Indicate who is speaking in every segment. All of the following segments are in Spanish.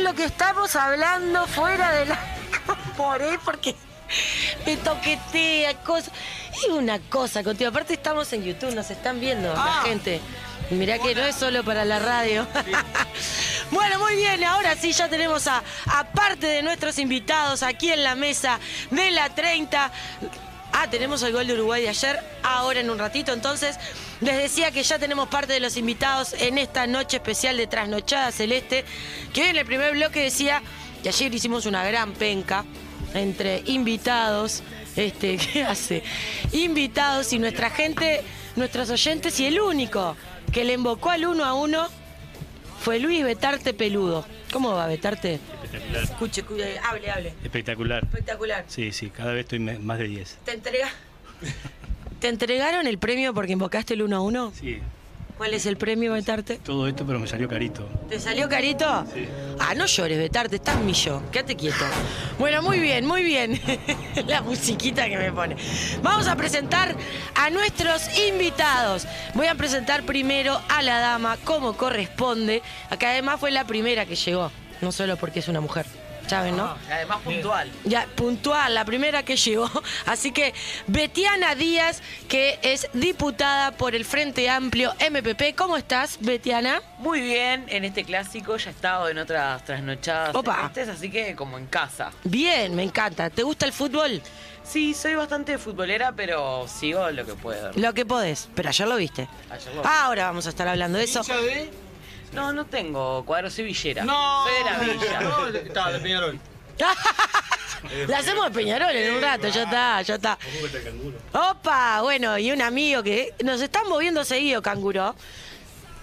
Speaker 1: lo que estamos hablando fuera de la... Por ahí, porque me toquetea, cosas. Y una cosa contigo. Aparte estamos en YouTube, nos están viendo
Speaker 2: Ah.
Speaker 1: la gente. Y Mirá que no es solo para la radio. bueno, muy bien, ahora sí ya tenemos a, a parte de nuestros invitados aquí en la mesa de la 30. Ah, tenemos el gol de Uruguay de ayer, ahora en un ratito. Entonces, les decía que ya tenemos parte de los invitados en esta noche especial de Trasnochada Celeste, que hoy en el primer bloque decía que ayer hicimos una gran penca entre invitados, este, ¿qué hace? Invitados y nuestra gente, nuestros oyentes, y el único que le invocó al uno a uno fue Luis Betarte Peludo. ¿Cómo va Betarte? Eh,
Speaker 3: Espectacular.
Speaker 1: Escuche, escuche, hable, hable.
Speaker 3: Espectacular.
Speaker 1: Espectacular.
Speaker 3: Sí, sí, cada vez estoy me- más de 10.
Speaker 1: ¿Te entrega? ¿Te entregaron el premio porque invocaste el uno a uno?
Speaker 3: Sí,
Speaker 1: ¿Cuál es el premio, Betarte?
Speaker 3: todo esto, pero me salió carito.
Speaker 1: ¿Te salió carito?
Speaker 3: Sí.
Speaker 1: Ah, no llores, Betarte, estás millón. Quédate quieto. Bueno, muy bien, muy bien. La musiquita que me pone. Vamos a presentar a nuestros invitados. Voy a presentar primero a la dama como corresponde. Acá además fue la primera que llegó. No solo porque es una mujer. ¿Saben, no?
Speaker 2: Ah, Además, puntual.
Speaker 1: Ya, puntual, la primera que llegó. Así que Betiana Díaz, que es diputada por el Frente Amplio MPP. ¿Cómo estás, Betiana?
Speaker 2: Muy bien, en este clásico ya he estado en otras trasnochadas.
Speaker 1: Opa.
Speaker 2: celestes, así que como en casa.
Speaker 1: Bien, me encanta. ¿Te gusta el fútbol?
Speaker 2: Sí, soy bastante futbolera, pero sigo lo que puedo.
Speaker 1: Lo que podés. Pero ayer lo viste. Ah,
Speaker 2: Ayer lo-
Speaker 1: Ahora vamos a estar hablando de eso.
Speaker 4: ¿Hincha de?
Speaker 2: No, no tengo cuadro, soy villera.
Speaker 4: No.
Speaker 2: Soy de la villa.
Speaker 4: No, está, de Peñarol.
Speaker 1: La hacemos de Peñarol en un rato, ya está, ya está. Opa, bueno, y un amigo que nos están moviendo seguido, canguro.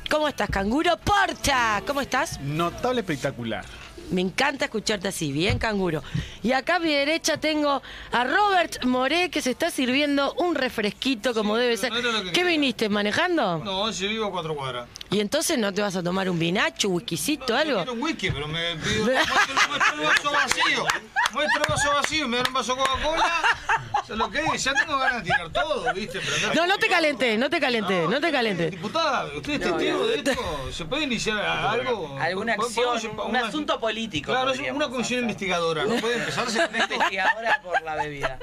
Speaker 1: ¿Cómo estás, canguro? Porcha, ¿cómo estás?
Speaker 5: Notable espectacular.
Speaker 1: Me encanta escucharte así, bien canguro. Y acá a mi derecha tengo a Robert Moré que se está sirviendo un refresquito como
Speaker 4: Sí,
Speaker 1: debe
Speaker 4: pero
Speaker 1: ser.
Speaker 4: no era lo que
Speaker 1: ¿Qué
Speaker 4: quería.
Speaker 1: viniste manejando?
Speaker 4: No, yo vivo a cuatro cuadras.
Speaker 1: Y entonces no te vas a tomar un vinacho, un whiskycito,
Speaker 4: Yo
Speaker 1: algo.
Speaker 4: quiero un whisky, pero me pido. Muestra muestra un vaso vacío. Muestra un vaso vacío, me dan un vaso de Coca-Cola. O sea, lo que es, ya tengo ganas de tirar todo, ¿viste? Pero acá-
Speaker 1: No, no te calentes, no te calentes, no te calentes.
Speaker 4: Diputada, ¿usted es testigo de esto? ¿Se puede iniciar a- algo?
Speaker 2: Alguna
Speaker 4: ¿Podemos-
Speaker 2: acción, un,
Speaker 4: podemos-
Speaker 2: un
Speaker 4: una-
Speaker 2: asunto político.
Speaker 4: Claro, es
Speaker 2: podríamos
Speaker 4: una comisión
Speaker 2: hacer.
Speaker 4: investigadora. ¿No puede empezarse con
Speaker 2: Una
Speaker 4: esto?
Speaker 2: investigadora por la bebida.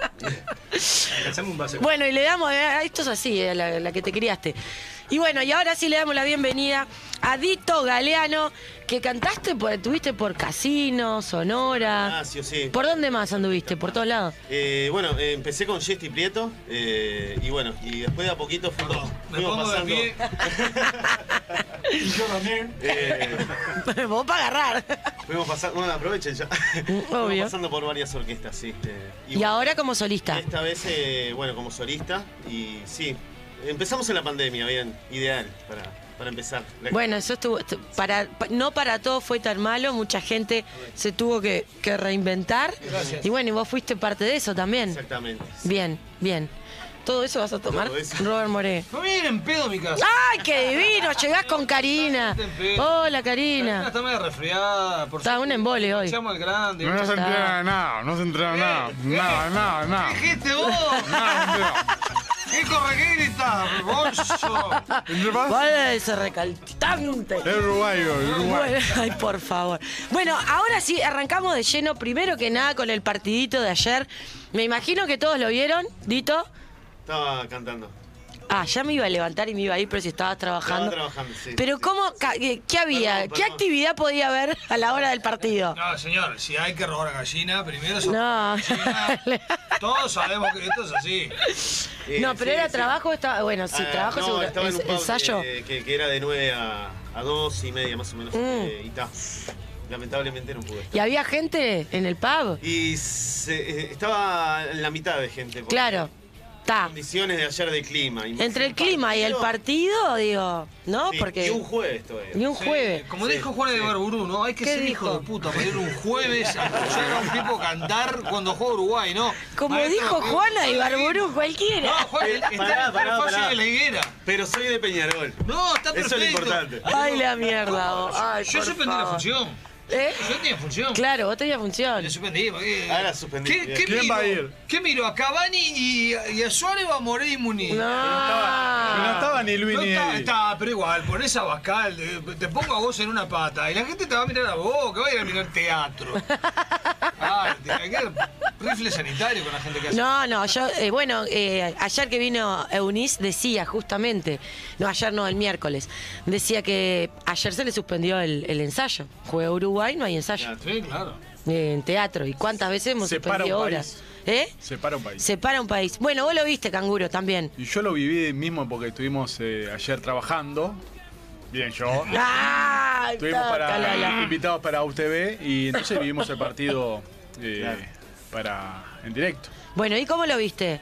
Speaker 3: Alcanzamos un vaso.
Speaker 1: Bueno, y le damos, eh, esto es así, eh, la, la que te criaste. Y bueno, y ahora sí le damos la bienvenida a Dito Galeano, que cantaste, por, estuviste por Casino, Sonora.
Speaker 6: Ah, sí, sí.
Speaker 1: ¿Por dónde más anduviste? ¿Por todos lados?
Speaker 6: Eh, bueno, eh, empecé con Jesti Prieto eh, y bueno, y después de a poquito fuimos,
Speaker 4: Me
Speaker 6: fuimos
Speaker 4: pongo de
Speaker 6: pasando.
Speaker 4: pie.
Speaker 6: eh,
Speaker 1: Vos para agarrar.
Speaker 6: fuimos pasando. Bueno, aprovechen ya. fuimos
Speaker 1: Mm, Obvio.
Speaker 6: pasando por varias orquestas, sí. eh,
Speaker 1: Y
Speaker 6: bueno,
Speaker 1: ahora como solista.
Speaker 6: Esta vez, eh, bueno, como solista y sí. Empezamos en la pandemia, bien, ideal para, para empezar. La-
Speaker 1: Bueno, eso estuvo, estu- para, pa- no para todos fue tan malo, mucha gente se tuvo que, que reinventar. Y bueno, y vos fuiste parte de eso también.
Speaker 6: Exactamente.
Speaker 1: Bien, bien. ¿Todo eso vas a tomar?
Speaker 6: Todo eso.
Speaker 1: Robert Moré.
Speaker 4: No vienen en pedo a mi casa.
Speaker 1: ¡Ay, qué divino! Llegás con Karina. Hola,
Speaker 4: Karina
Speaker 1: Karina.
Speaker 4: Está medio resfriada. Por
Speaker 1: Está un embole hoy.
Speaker 4: Echamos al grande.
Speaker 5: No se
Speaker 1: está.
Speaker 5: entera de nada, no se entera de nada. Nada, nada, nada.
Speaker 4: dijiste vos?
Speaker 5: Nada, no se entera.
Speaker 4: ¡Qué correguín estás, bolso!
Speaker 5: ¿Qué pasa?
Speaker 1: Vale, ese recalcitrante.
Speaker 5: Es uruguayo, es uruguayo.
Speaker 1: Bueno, ay, por favor. Bueno, ahora sí, arrancamos de lleno, primero que nada, con el partidito de ayer. Me imagino que todos lo vieron, Dito.
Speaker 6: Estaba cantando.
Speaker 1: Ah, ya me iba a levantar y me iba a ir, pero si estabas trabajando.
Speaker 6: Estaba trabajando, sí,
Speaker 1: Pero
Speaker 6: sí.
Speaker 1: ¿cómo, ca- eh, qué había?
Speaker 6: Perdón,
Speaker 1: ¿Qué
Speaker 6: perdón.
Speaker 1: actividad podía haber a la hora del partido?
Speaker 4: No, señor, si hay que robar gallina, primero se
Speaker 1: No.
Speaker 4: Todos sabemos que esto es así.
Speaker 6: Eh,
Speaker 1: no, pero
Speaker 6: sí,
Speaker 1: era
Speaker 6: sí.
Speaker 1: trabajo, estaba, bueno, sí,
Speaker 6: Ah,
Speaker 1: trabajo
Speaker 6: no,
Speaker 1: seguro.
Speaker 6: Estaba en
Speaker 1: ¿Es-
Speaker 6: un pub eh,
Speaker 1: ensayo.
Speaker 6: Que, que- que era de 9 a, a 2 y media más o menos.
Speaker 1: Mm.
Speaker 6: eh, y ta. Lamentablemente no pude.
Speaker 1: ¿Y había gente en el pub?
Speaker 6: Y se- eh, estaba en la mitad de gente. porque
Speaker 1: Claro, está.
Speaker 6: las Condiciones de ayer del clima. y más
Speaker 1: Entre
Speaker 6: un
Speaker 1: el clima y el partido, digo, ¿no?
Speaker 6: Sí,
Speaker 1: Porque
Speaker 6: Y un jueves todavía.
Speaker 1: ni un
Speaker 4: Sí,
Speaker 1: jueves.
Speaker 4: Como dijo Juan de Barburú, ¿no? Hay que
Speaker 1: ¿Qué
Speaker 4: ser
Speaker 1: dijo?
Speaker 4: hijo de puta para ir un jueves a escuchar a un tipo cantar cuando juega Uruguay, ¿no?
Speaker 1: Como
Speaker 4: Maestro,
Speaker 1: dijo
Speaker 4: que-
Speaker 1: Juana y Barburú, eh.
Speaker 4: No,
Speaker 1: cualquiera.
Speaker 4: Juan, está
Speaker 6: Eh, Pará,
Speaker 4: en
Speaker 6: pará,
Speaker 4: el fallo
Speaker 6: pará.
Speaker 4: de la higuera.
Speaker 6: Pero soy de Peñarol.
Speaker 4: No, está
Speaker 6: Eso
Speaker 4: perfecto. Ah,
Speaker 6: es lo importante.
Speaker 1: Ay, la mierda. vos. Ay,
Speaker 4: Yo
Speaker 1: por
Speaker 4: suspendí la
Speaker 1: favor.
Speaker 4: función.
Speaker 1: ¿Eh?
Speaker 4: Yo tenía función.
Speaker 1: Claro, vos tenías función.
Speaker 4: Le suspendí. porque-
Speaker 6: Ahora Ah, suspendí.
Speaker 4: ¿Qué, qué
Speaker 5: ¿Quién
Speaker 4: miro?
Speaker 5: va a ir?
Speaker 4: ¿Qué miro? ¿A Cavani y, y a Suárez va a morir y Muniz?
Speaker 5: No
Speaker 1: No.
Speaker 5: estaba ni Luis
Speaker 4: No
Speaker 5: ni
Speaker 4: está,
Speaker 5: Eddie.
Speaker 4: está, pero igual, ponés a Bascal, eh, te pongo a vos en una pata y la gente te va a mirar a vos, que va a ir a mirar teatro. Ah, te- hay que dar rifle sanitario con la gente que hace.
Speaker 1: No, no, yo, eh, bueno, eh, ayer que vino Eunice decía justamente, no, ayer no, el miércoles, decía que ayer se le suspendió el, el ensayo. Juega Uruguay, no hay ensayo
Speaker 4: Sí, claro.
Speaker 1: eh, en teatro. ¿Y cuántas veces hemos
Speaker 5: Se para
Speaker 1: suspendido
Speaker 5: un
Speaker 1: horas? ¿Eh?
Speaker 5: Separa un país.
Speaker 1: Separa un país. Bueno, vos lo viste, canguro, también.
Speaker 5: Y yo lo viví mismo porque estuvimos eh, ayer trabajando. Bien, yo.
Speaker 1: ¡Ah!
Speaker 5: Estuvimos
Speaker 1: Ta- ta, la, la.
Speaker 5: para, invitados para UTV y entonces vivimos el partido eh, para, en directo.
Speaker 1: Bueno, ¿y cómo lo viste?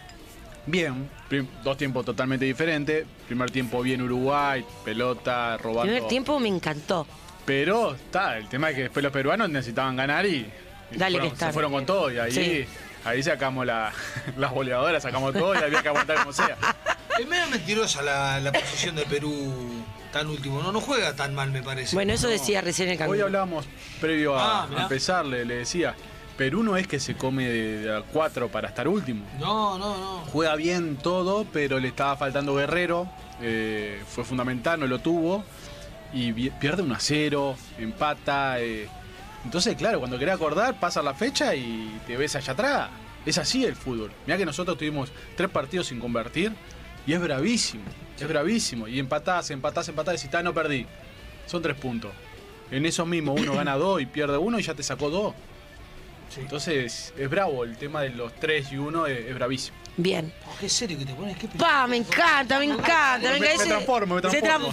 Speaker 5: Bien. Prim- dos tiempos totalmente diferentes. Primer tiempo bien Uruguay, pelota, robando.
Speaker 1: Primer tiempo me encantó.
Speaker 5: Pero está, el tema es que después los peruanos necesitaban ganar y, y
Speaker 1: Dale
Speaker 5: se, fueron,
Speaker 1: que está.
Speaker 5: se fueron con todo. Y ahí,
Speaker 1: Sí.
Speaker 5: ahí sacamos la- las boleadoras, sacamos todo y había que aguantar como sea.
Speaker 4: Es medio mentirosa la, la posición de Perú tan último. No, no juega tan mal, me parece.
Speaker 1: Bueno, eso decía recién el
Speaker 5: Hoy
Speaker 1: canguro.
Speaker 5: hablábamos, previo a
Speaker 4: Ah, mirá.
Speaker 5: empezar, le, le decía, Perú no es que se come de, de a cuatro para estar último.
Speaker 4: No, no, no.
Speaker 5: Juega bien todo, pero le estaba faltando Guerrero. eh, fue fundamental, no lo tuvo. Y vi- pierde 1 a 0, empata. eh. Entonces, claro, cuando querés acordar, pasa la fecha y te ves allá atrás. Es así el fútbol. Mirá que nosotros tuvimos tres partidos sin convertir y es bravísimo. Es bravísimo. Y empatás, empatás, empatás. Decís, "Ah, no perdí. Son tres puntos. En esos mismos, uno gana dos y pierde uno y ya te sacó dos. Entonces, es bravo. El tema de los tres y uno es- es bravísimo.
Speaker 1: Bien.
Speaker 4: Oh, qué serio que te pones, qué
Speaker 1: Pa, me encanta, me encanta.
Speaker 5: Me-
Speaker 1: venga,
Speaker 5: me
Speaker 1: ese-
Speaker 5: transformo, me transformo.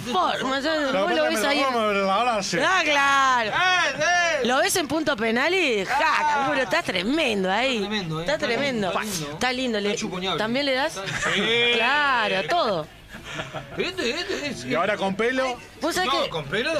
Speaker 1: Se transforma. ¿sabes? Vos lo ves ahí. en- Ah, claro.
Speaker 4: ¡Eh, eh!
Speaker 1: Lo ves en punto penal y ja, canguro, estás tremendo ahí.
Speaker 4: Ah. Está tremendo, ¿eh?
Speaker 1: Está
Speaker 4: Está
Speaker 1: tremendo.
Speaker 4: lindo, está lindo.
Speaker 1: Está lindo. le-
Speaker 4: Está chuponeable.
Speaker 1: ¿También le das?
Speaker 4: Está- Eh,
Speaker 1: Claro, a todo.
Speaker 4: Este, este, este.
Speaker 5: Y ahora con pelo.
Speaker 1: ¿Vos sabés
Speaker 4: No,
Speaker 1: que-
Speaker 4: con pelo,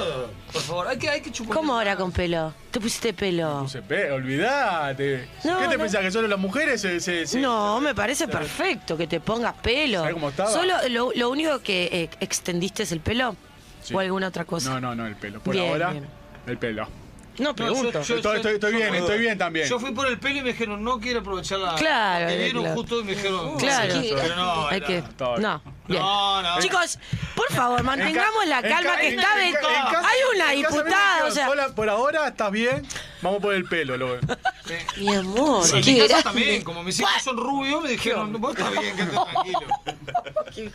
Speaker 4: por favor, hay que, hay que chupar.
Speaker 1: ¿Cómo ahora con pelo? ¿Te pusiste pelo?
Speaker 5: No se pe, olvidate.
Speaker 1: No,
Speaker 5: ¿Qué te
Speaker 1: no.
Speaker 5: pensás que solo las mujeres se. se- se-
Speaker 1: No, me parece perfecto que te pongas pelo.
Speaker 5: ¿Sabés cómo estaba?
Speaker 1: Solo lo, lo único que eh, extendiste es el pelo
Speaker 5: Sí.
Speaker 1: o alguna otra cosa.
Speaker 5: No, no, no, el pelo. Por
Speaker 1: Bien,
Speaker 5: ahora,
Speaker 1: bien.
Speaker 5: el pelo.
Speaker 1: No,
Speaker 4: No, yo-
Speaker 1: pregunto.
Speaker 4: yo-
Speaker 5: Estoy-
Speaker 4: yo-
Speaker 5: estoy- estoy
Speaker 4: yo-
Speaker 5: bien,
Speaker 4: yo-
Speaker 5: estoy bien también.
Speaker 4: Yo fui por el pelo y me dijeron, no quiero aprovechar la.
Speaker 1: Claro,
Speaker 4: Me vieron
Speaker 1: claro.
Speaker 4: justo y me dijeron.
Speaker 1: Claro,
Speaker 5: Sí,
Speaker 1: que-
Speaker 4: pero no,
Speaker 1: hay
Speaker 4: era-
Speaker 1: que.
Speaker 5: todo.
Speaker 1: No, bien.
Speaker 4: No, no.
Speaker 1: Chicos, por favor, mantengamos la
Speaker 5: En ca-
Speaker 1: calma
Speaker 5: en
Speaker 1: que
Speaker 5: ca-
Speaker 1: está
Speaker 5: en
Speaker 1: de
Speaker 5: ca- en casa-
Speaker 1: Hay una
Speaker 5: en casa me
Speaker 1: diputada, o
Speaker 5: dijeron,
Speaker 1: sea. Ah,
Speaker 5: "Hola, por ahora estás bien. Vamos por el pelo. Lo...
Speaker 1: Mi amor,
Speaker 4: En mi
Speaker 1: qué
Speaker 4: casa
Speaker 1: grande.
Speaker 4: también, como mis hijos son rubios, me dijeron, vos estás bien, quédate tranquilo.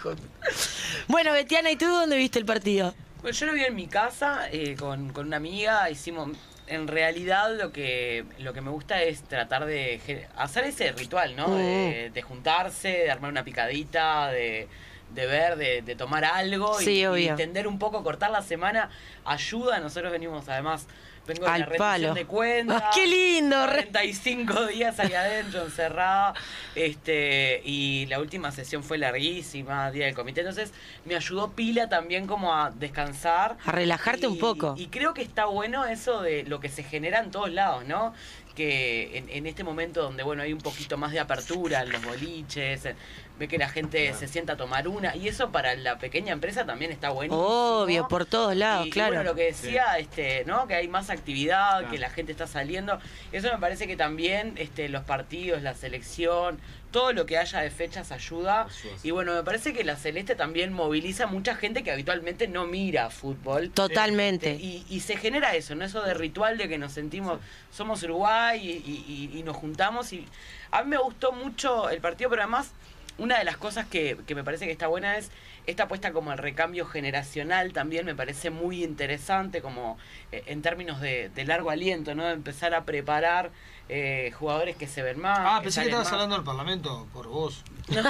Speaker 1: Bueno, Betiana, ¿y tú dónde viste el partido?
Speaker 2: Bueno, Pues yo lo vi en mi casa eh, con, con una amiga, hicimos... En realidad lo que, lo que me gusta es tratar de ge- hacer ese ritual,
Speaker 1: Mm.
Speaker 2: ¿no? De, de juntarse, de armar una picadita, de, de ver, de, de tomar algo
Speaker 1: Sí,
Speaker 2: y,
Speaker 1: obvio.
Speaker 2: y tender un poco, cortar la semana, ayuda. Nosotros venimos además, vengo
Speaker 1: Al
Speaker 2: de la
Speaker 1: palo.
Speaker 2: retención de cuentas.
Speaker 1: Ah, ¡qué lindo! Re-
Speaker 2: 35 días ahí adentro, encerrada. Este, y la última sesión fue larguísima, día del comité. Entonces, me ayudó pila también como a descansar.
Speaker 1: A relajarte
Speaker 2: Y-
Speaker 1: un poco.
Speaker 2: Y creo que está bueno eso de lo que se genera en todos lados, ¿no? Que en, en este momento donde, bueno, hay un poquito más de apertura en los boliches, en- ve que la gente se sienta a tomar una. Y eso para la pequeña empresa también está bueno.
Speaker 1: Obvio, por todos lados,
Speaker 2: Y- y
Speaker 1: claro.
Speaker 2: bueno, lo que decía, este, ¿no? Que hay más actividad, que la gente está saliendo. Eso me parece que también este, los partidos, la selección, todo lo que haya de fechas ayuda. Y bueno, me parece que la Celeste también moviliza mucha gente que habitualmente no mira fútbol.
Speaker 1: Totalmente.
Speaker 2: Y, y se genera eso, ¿no? Eso de ritual de que nos sentimos, somos Uruguay y, y- y- y nos juntamos. Y a mí me gustó mucho el partido, pero además una de las cosas que, que me parece que está buena es esta apuesta como al recambio generacional también me parece muy interesante, como eh, en términos de, de largo aliento, ¿no? De empezar a preparar eh, jugadores que se ven más.
Speaker 4: Ah, pensé que
Speaker 2: salen
Speaker 4: estabas
Speaker 2: más.
Speaker 4: hablando al Parlamento por vos.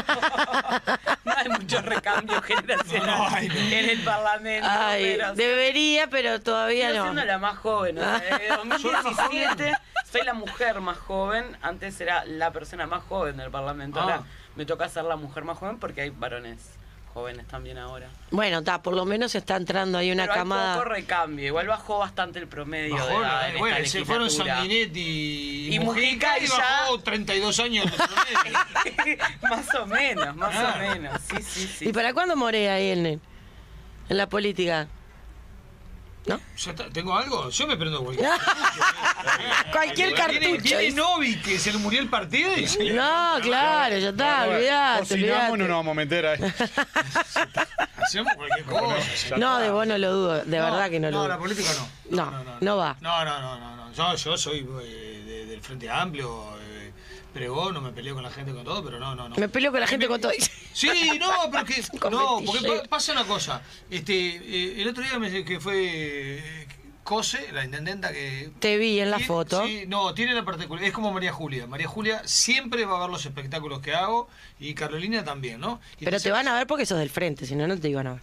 Speaker 2: No hay mucho recambio generacional
Speaker 4: No, ay, no.
Speaker 2: en el Parlamento.
Speaker 1: Ay,
Speaker 2: pero sí.
Speaker 1: debería, pero todavía
Speaker 2: Sigo siendo
Speaker 1: no.
Speaker 2: la más joven. ¿no?
Speaker 1: Ah.
Speaker 2: Eh, 2017 soy la mujer más joven. Antes era la persona más joven del Parlamento. Ahora
Speaker 4: Ah.
Speaker 2: me toca ser la mujer más joven porque hay varones jóvenes también ahora.
Speaker 1: Bueno, está, por lo menos está entrando ahí una
Speaker 2: Pero hay poco
Speaker 1: camada.
Speaker 2: recambio. Igual bajó bastante el promedio de
Speaker 4: Bajó,
Speaker 2: edad
Speaker 4: eh,
Speaker 2: en
Speaker 4: bueno,
Speaker 2: esta
Speaker 4: se fueron
Speaker 2: legislatura.
Speaker 4: Sanguinetti
Speaker 2: Y Mujica y
Speaker 4: bajó
Speaker 2: ya-
Speaker 4: 32 años. de promedio.
Speaker 2: más o menos, más
Speaker 4: Ah.
Speaker 2: o menos. Sí, sí, sí.
Speaker 1: ¿Y para cuándo Morea ahí en, en la política? ¿No?
Speaker 4: Ya está, ¿Tengo algo? Yo me prendo cualquier.
Speaker 2: Ah,
Speaker 1: Cualquier
Speaker 4: Viene,
Speaker 1: cartucho.
Speaker 4: viene
Speaker 1: dice.
Speaker 4: Novi que se le murió el partido y se le-
Speaker 1: No, claro, ya está, olvidate,
Speaker 5: Cocinamos, no
Speaker 1: olvidate.
Speaker 5: nos vamos a meter ahí.
Speaker 4: hacemos cualquier cosa.
Speaker 1: No, de vos no lo dudo, de verdad que no lo
Speaker 4: No, la
Speaker 1: dudo.
Speaker 4: política no.
Speaker 1: No, no va.
Speaker 4: No, no, no, no. no. Yo, yo soy eh, de- del Frente Amplio, eh, pregono, me peleo con la gente con todo, pero no, no, no.
Speaker 1: Me peleo con la gente con todo.
Speaker 4: Sí, no, pero que. No, porque
Speaker 1: Convertillero.
Speaker 4: pa- pasa una cosa. Este, eh, el otro día me que fue eh, Cose, la intendenta que.
Speaker 1: Te vi en la
Speaker 4: Tien-
Speaker 1: foto.
Speaker 4: sí, no, tiene la particularidad. Es como María Julia. María Julia siempre va a ver los espectáculos que hago y Carolina también, ¿no? Y
Speaker 1: Pero te
Speaker 4: sac-
Speaker 1: van a ver porque sos del frente, si no, no te iban a ver.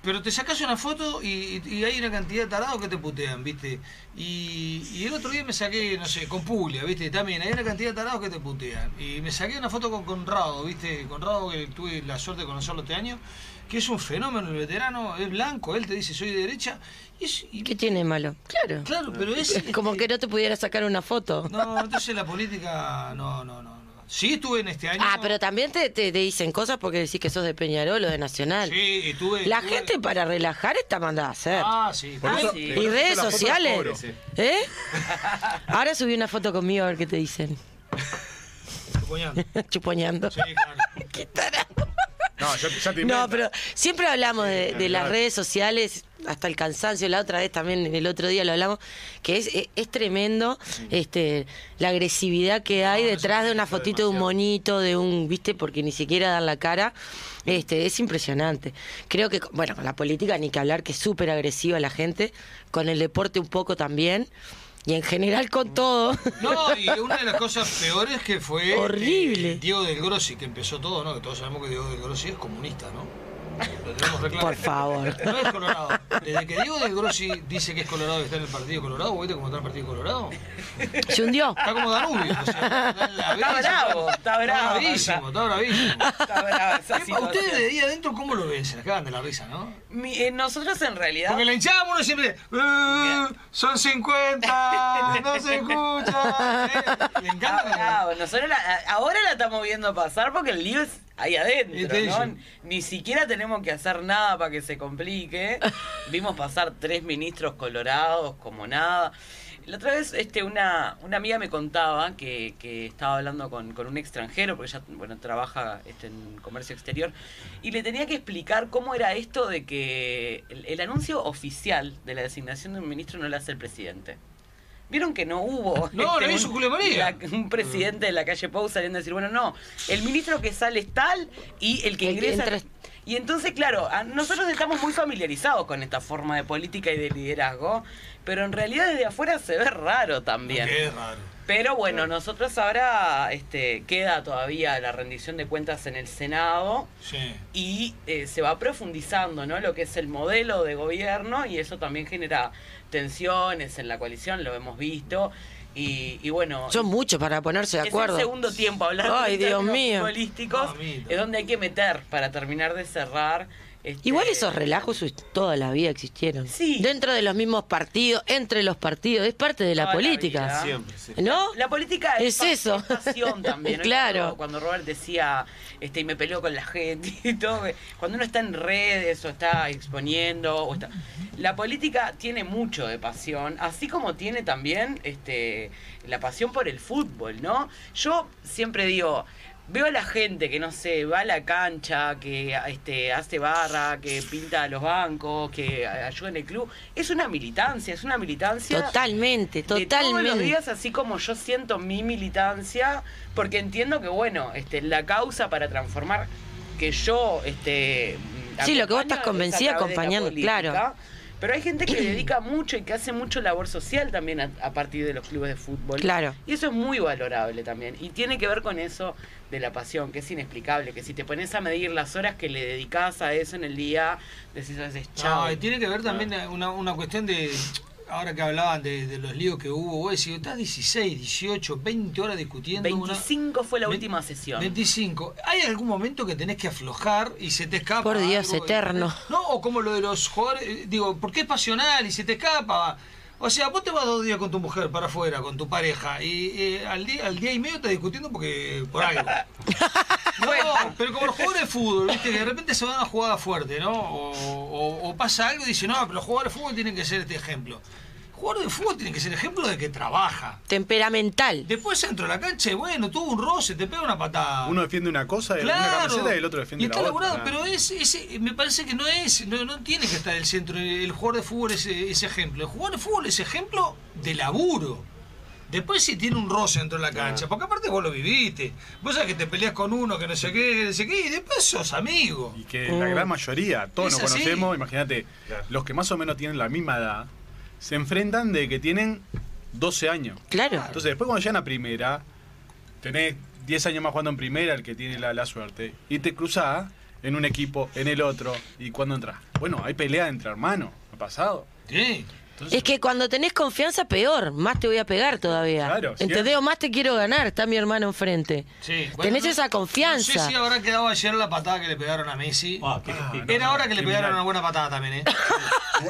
Speaker 4: Pero te sacas una foto y, y- y hay una cantidad de tarados que te putean, ¿viste? Y, y el otro día me saqué, no sé, con Puglia, ¿viste? También hay una cantidad de tarados que te putean. Y me saqué una foto con Conrado, ¿viste? Conrado, que tuve la suerte de conocerlo este año, que es un fenómeno, el veterano, es blanco, él te dice soy de derecha. Y es- y-
Speaker 1: ¿Qué tiene de malo? Claro.
Speaker 4: claro, pero es.
Speaker 1: Como que no te pudiera sacar una foto.
Speaker 4: No, entonces la política. No, no, no. no. Sí, estuve en este año.
Speaker 1: Ah, pero también te, te- te dicen cosas porque decís que sos de Peñarol o de Nacional.
Speaker 4: Sí, estuve.
Speaker 1: La
Speaker 4: estuve-
Speaker 1: gente para relajar está mandada a hacer.
Speaker 4: Ah, sí.
Speaker 5: Por eso-
Speaker 2: sí.
Speaker 5: por
Speaker 1: Y
Speaker 5: eso
Speaker 1: redes
Speaker 5: la foto es oro.
Speaker 1: sociales.
Speaker 6: sí.
Speaker 1: ¿Eh? Ahora subí una foto conmigo a ver qué te dicen.
Speaker 4: Chupoñando.
Speaker 1: Chupoñando.
Speaker 4: Sí, claro.
Speaker 1: Qué tarado.
Speaker 5: No, yo, ya te
Speaker 1: No,
Speaker 5: invento.
Speaker 1: pero siempre hablamos de, de las redes sociales hasta el cansancio. La otra vez también, el otro día lo hablamos, que es, es, es tremendo este, la agresividad que hay detrás de una fotito de un monito, de un, viste, porque ni siquiera dan la cara. Este, es impresionante. Creo que, bueno, con la política ni que hablar, que es súper agresiva la gente, con el deporte un poco también, y en general con todo.
Speaker 4: No, y una de las cosas peores que fue.
Speaker 1: Horrible.
Speaker 4: eh, Diego del Grossi, que empezó todo, ¿no? Que todos sabemos que Diego del Grossi es comunista, ¿no? Lo tenemos re claro.
Speaker 1: Por favor.
Speaker 4: No es colorado. Desde que Diego del Grossi dice que es colorado y está en el Partido Colorado, ¿viste cómo está el Partido Colorado?
Speaker 1: Se hundió.
Speaker 4: Está como Danubio. O sea, está, en la
Speaker 2: Está
Speaker 4: brisa,
Speaker 2: bravo, está bravo.
Speaker 4: bravísimo, está bravísimo.
Speaker 2: Está brava esa
Speaker 4: ¿A
Speaker 2: situación.
Speaker 4: ustedes de ahí adentro cómo lo ven? Se la cagan de la risa, ¿no?
Speaker 2: Mi- eh, nosotros en realidad.
Speaker 4: Porque la hinchada uno siempre. "Eh, son 50, no se escucha. eh". Le
Speaker 2: Ah,
Speaker 4: encanta.
Speaker 2: bravo. Nosotros la- a- ahora la estamos viendo pasar porque el lío es ahí adentro,
Speaker 4: Es
Speaker 2: ¿no?
Speaker 4: ello.
Speaker 2: Ni siquiera tenemos que hacer nada para que se complique. Vimos pasar tres ministros colorados como nada. La otra vez este, una, una amiga me contaba que, que estaba hablando con, con un extranjero, porque ella bueno, trabaja este, en comercio exterior, y le tenía que explicar cómo era esto de que el- el anuncio oficial de la designación de un ministro no lo hace el presidente. Vieron que no hubo. este,
Speaker 4: No, lo hizo
Speaker 2: un-
Speaker 4: Julio María.
Speaker 2: la- un presidente de la calle Pau saliendo a decir, bueno, no, el ministro que sale es tal y el que
Speaker 1: El que
Speaker 2: ingresa.
Speaker 1: entra es-
Speaker 2: Y entonces, claro, a- nosotros estamos muy familiarizados con esta forma de política y de liderazgo, pero en realidad desde afuera se ve raro también.
Speaker 4: Qué raro.
Speaker 2: Pero bueno, nosotros ahora este, queda todavía la rendición de cuentas en el Senado
Speaker 4: Sí.
Speaker 2: y eh, se va profundizando ¿no? lo que es el modelo de gobierno y eso también genera tensiones en la coalición, lo hemos visto. Y, y bueno,
Speaker 1: Son muchos para ponerse de
Speaker 2: es el
Speaker 1: acuerdo.
Speaker 2: segundo tiempo hablando
Speaker 1: Ay,
Speaker 2: de
Speaker 1: Dios
Speaker 2: términos
Speaker 1: mío.
Speaker 2: futbolísticos,
Speaker 4: Mamita.
Speaker 2: es donde hay que meter para terminar de cerrar. este,
Speaker 1: Igual esos relajos sus- toda la vida existieron.
Speaker 2: Sí.
Speaker 1: Dentro de los mismos partidos, entre los partidos, es parte de la
Speaker 2: Toda la
Speaker 1: política.
Speaker 2: vida.
Speaker 6: Siempre, sí.
Speaker 1: ¿No?
Speaker 2: La política
Speaker 1: Es eso.
Speaker 2: participación también. ¿no?
Speaker 1: Claro.
Speaker 2: Cuando, cuando Robert decía, este, y me peleo con la gente y todo, que cuando uno está en redes o está exponiendo, o está- la política tiene mucho de pasión, así como tiene también este, la pasión por el fútbol, ¿no? Yo siempre digo. Veo a la gente que, no sé, va a la cancha, que este, hace barra, que pinta los bancos, que ayuda en el club. Es una militancia, es una militancia
Speaker 1: Totalmente,
Speaker 2: de todos los
Speaker 1: totalmente.
Speaker 2: días, así como yo siento mi militancia, porque entiendo que, bueno, este, la causa para transformar que yo. Este,
Speaker 1: Sí, lo que
Speaker 2: acompaño
Speaker 1: vos estás
Speaker 2: es a
Speaker 1: convencida,
Speaker 2: través de la
Speaker 1: acompañando,
Speaker 2: política,
Speaker 1: claro.
Speaker 2: Pero hay gente que dedica mucho y que hace mucho labor social también a, a partir de los clubes de fútbol.
Speaker 1: Claro.
Speaker 2: Y eso es muy valorable también. Y tiene que ver con eso de la pasión, que es inexplicable. Que si te pones a medir las horas que le dedicas a eso en el día, decís a veces, chao.
Speaker 4: No, y tiene que ver también una, una cuestión de. Ahora que hablaban de, de los líos que hubo, vos decís, estás 16, 18, 20 horas discutiendo. una-
Speaker 2: 25 fue la
Speaker 4: Ve-
Speaker 2: última sesión.
Speaker 4: 25. ¿Hay algún momento que tenés que aflojar y se te escapa?
Speaker 1: Por Dios,
Speaker 4: algo?
Speaker 1: eterno.
Speaker 4: No, o como lo de los jugadores. eh, Digo, porque es pasional y se te escapa. O sea, vos te vas dos días con tu mujer para afuera, con tu pareja, y eh, al, día, al día y medio estás discutiendo porque por algo. No, pero como los jugadores de el fútbol, ¿viste? Que de repente se va a una jugada fuerte, ¿no? O, o- o pasa algo y dice, no, pero los jugadores de fútbol tienen que ser este ejemplo. El jugador de fútbol tiene que ser ejemplo de que trabaja.
Speaker 1: Temperamental.
Speaker 4: Después entra a la cancha y bueno, tuvo un roce, te pega una patada.
Speaker 5: Uno defiende una cosa, una
Speaker 4: Claro.
Speaker 5: camiseta y el otro defiende
Speaker 4: y está
Speaker 5: la
Speaker 4: laburado,
Speaker 5: otra.
Speaker 4: pero es, es- me parece que no es, no, no tiene que estar el centro. El jugador de fútbol es ese ejemplo. El jugador de fútbol es ejemplo de laburo. Después si tiene un roce dentro de la cancha, porque aparte vos lo viviste. Vos sabés que te peleas con uno que no sé qué, que no sé qué, y después sos amigo.
Speaker 5: Y que
Speaker 1: Mm.
Speaker 5: la gran mayoría, todos
Speaker 4: Es
Speaker 5: nos
Speaker 4: así.
Speaker 5: conocemos, imagínate,
Speaker 6: Claro.
Speaker 5: los que más o menos tienen la misma edad, se enfrentan de que tienen 12 años.
Speaker 1: Claro.
Speaker 5: Entonces, después cuando llegan a primera, tenés 10 años más jugando en primera, el que tiene la, la suerte, y te cruzás en un equipo, en el otro, y cuando entras. Bueno, hay pelea entre hermanos, ha pasado.
Speaker 4: Sí.
Speaker 1: Es que cuando tenés confianza, peor. Más te voy a pegar todavía.
Speaker 5: Claro,
Speaker 1: ¿Entendés?
Speaker 5: cierto.
Speaker 1: O más te quiero ganar. Está mi hermano enfrente.
Speaker 4: Sí,
Speaker 1: Tenés
Speaker 4: no-
Speaker 1: esa confianza.
Speaker 4: No sé si habrá quedado ayer la patada que le pegaron a Messi.
Speaker 3: Ah, qué- qué-
Speaker 4: Era hora que le
Speaker 3: criminal.
Speaker 4: pegaron una buena patada también, ¿eh?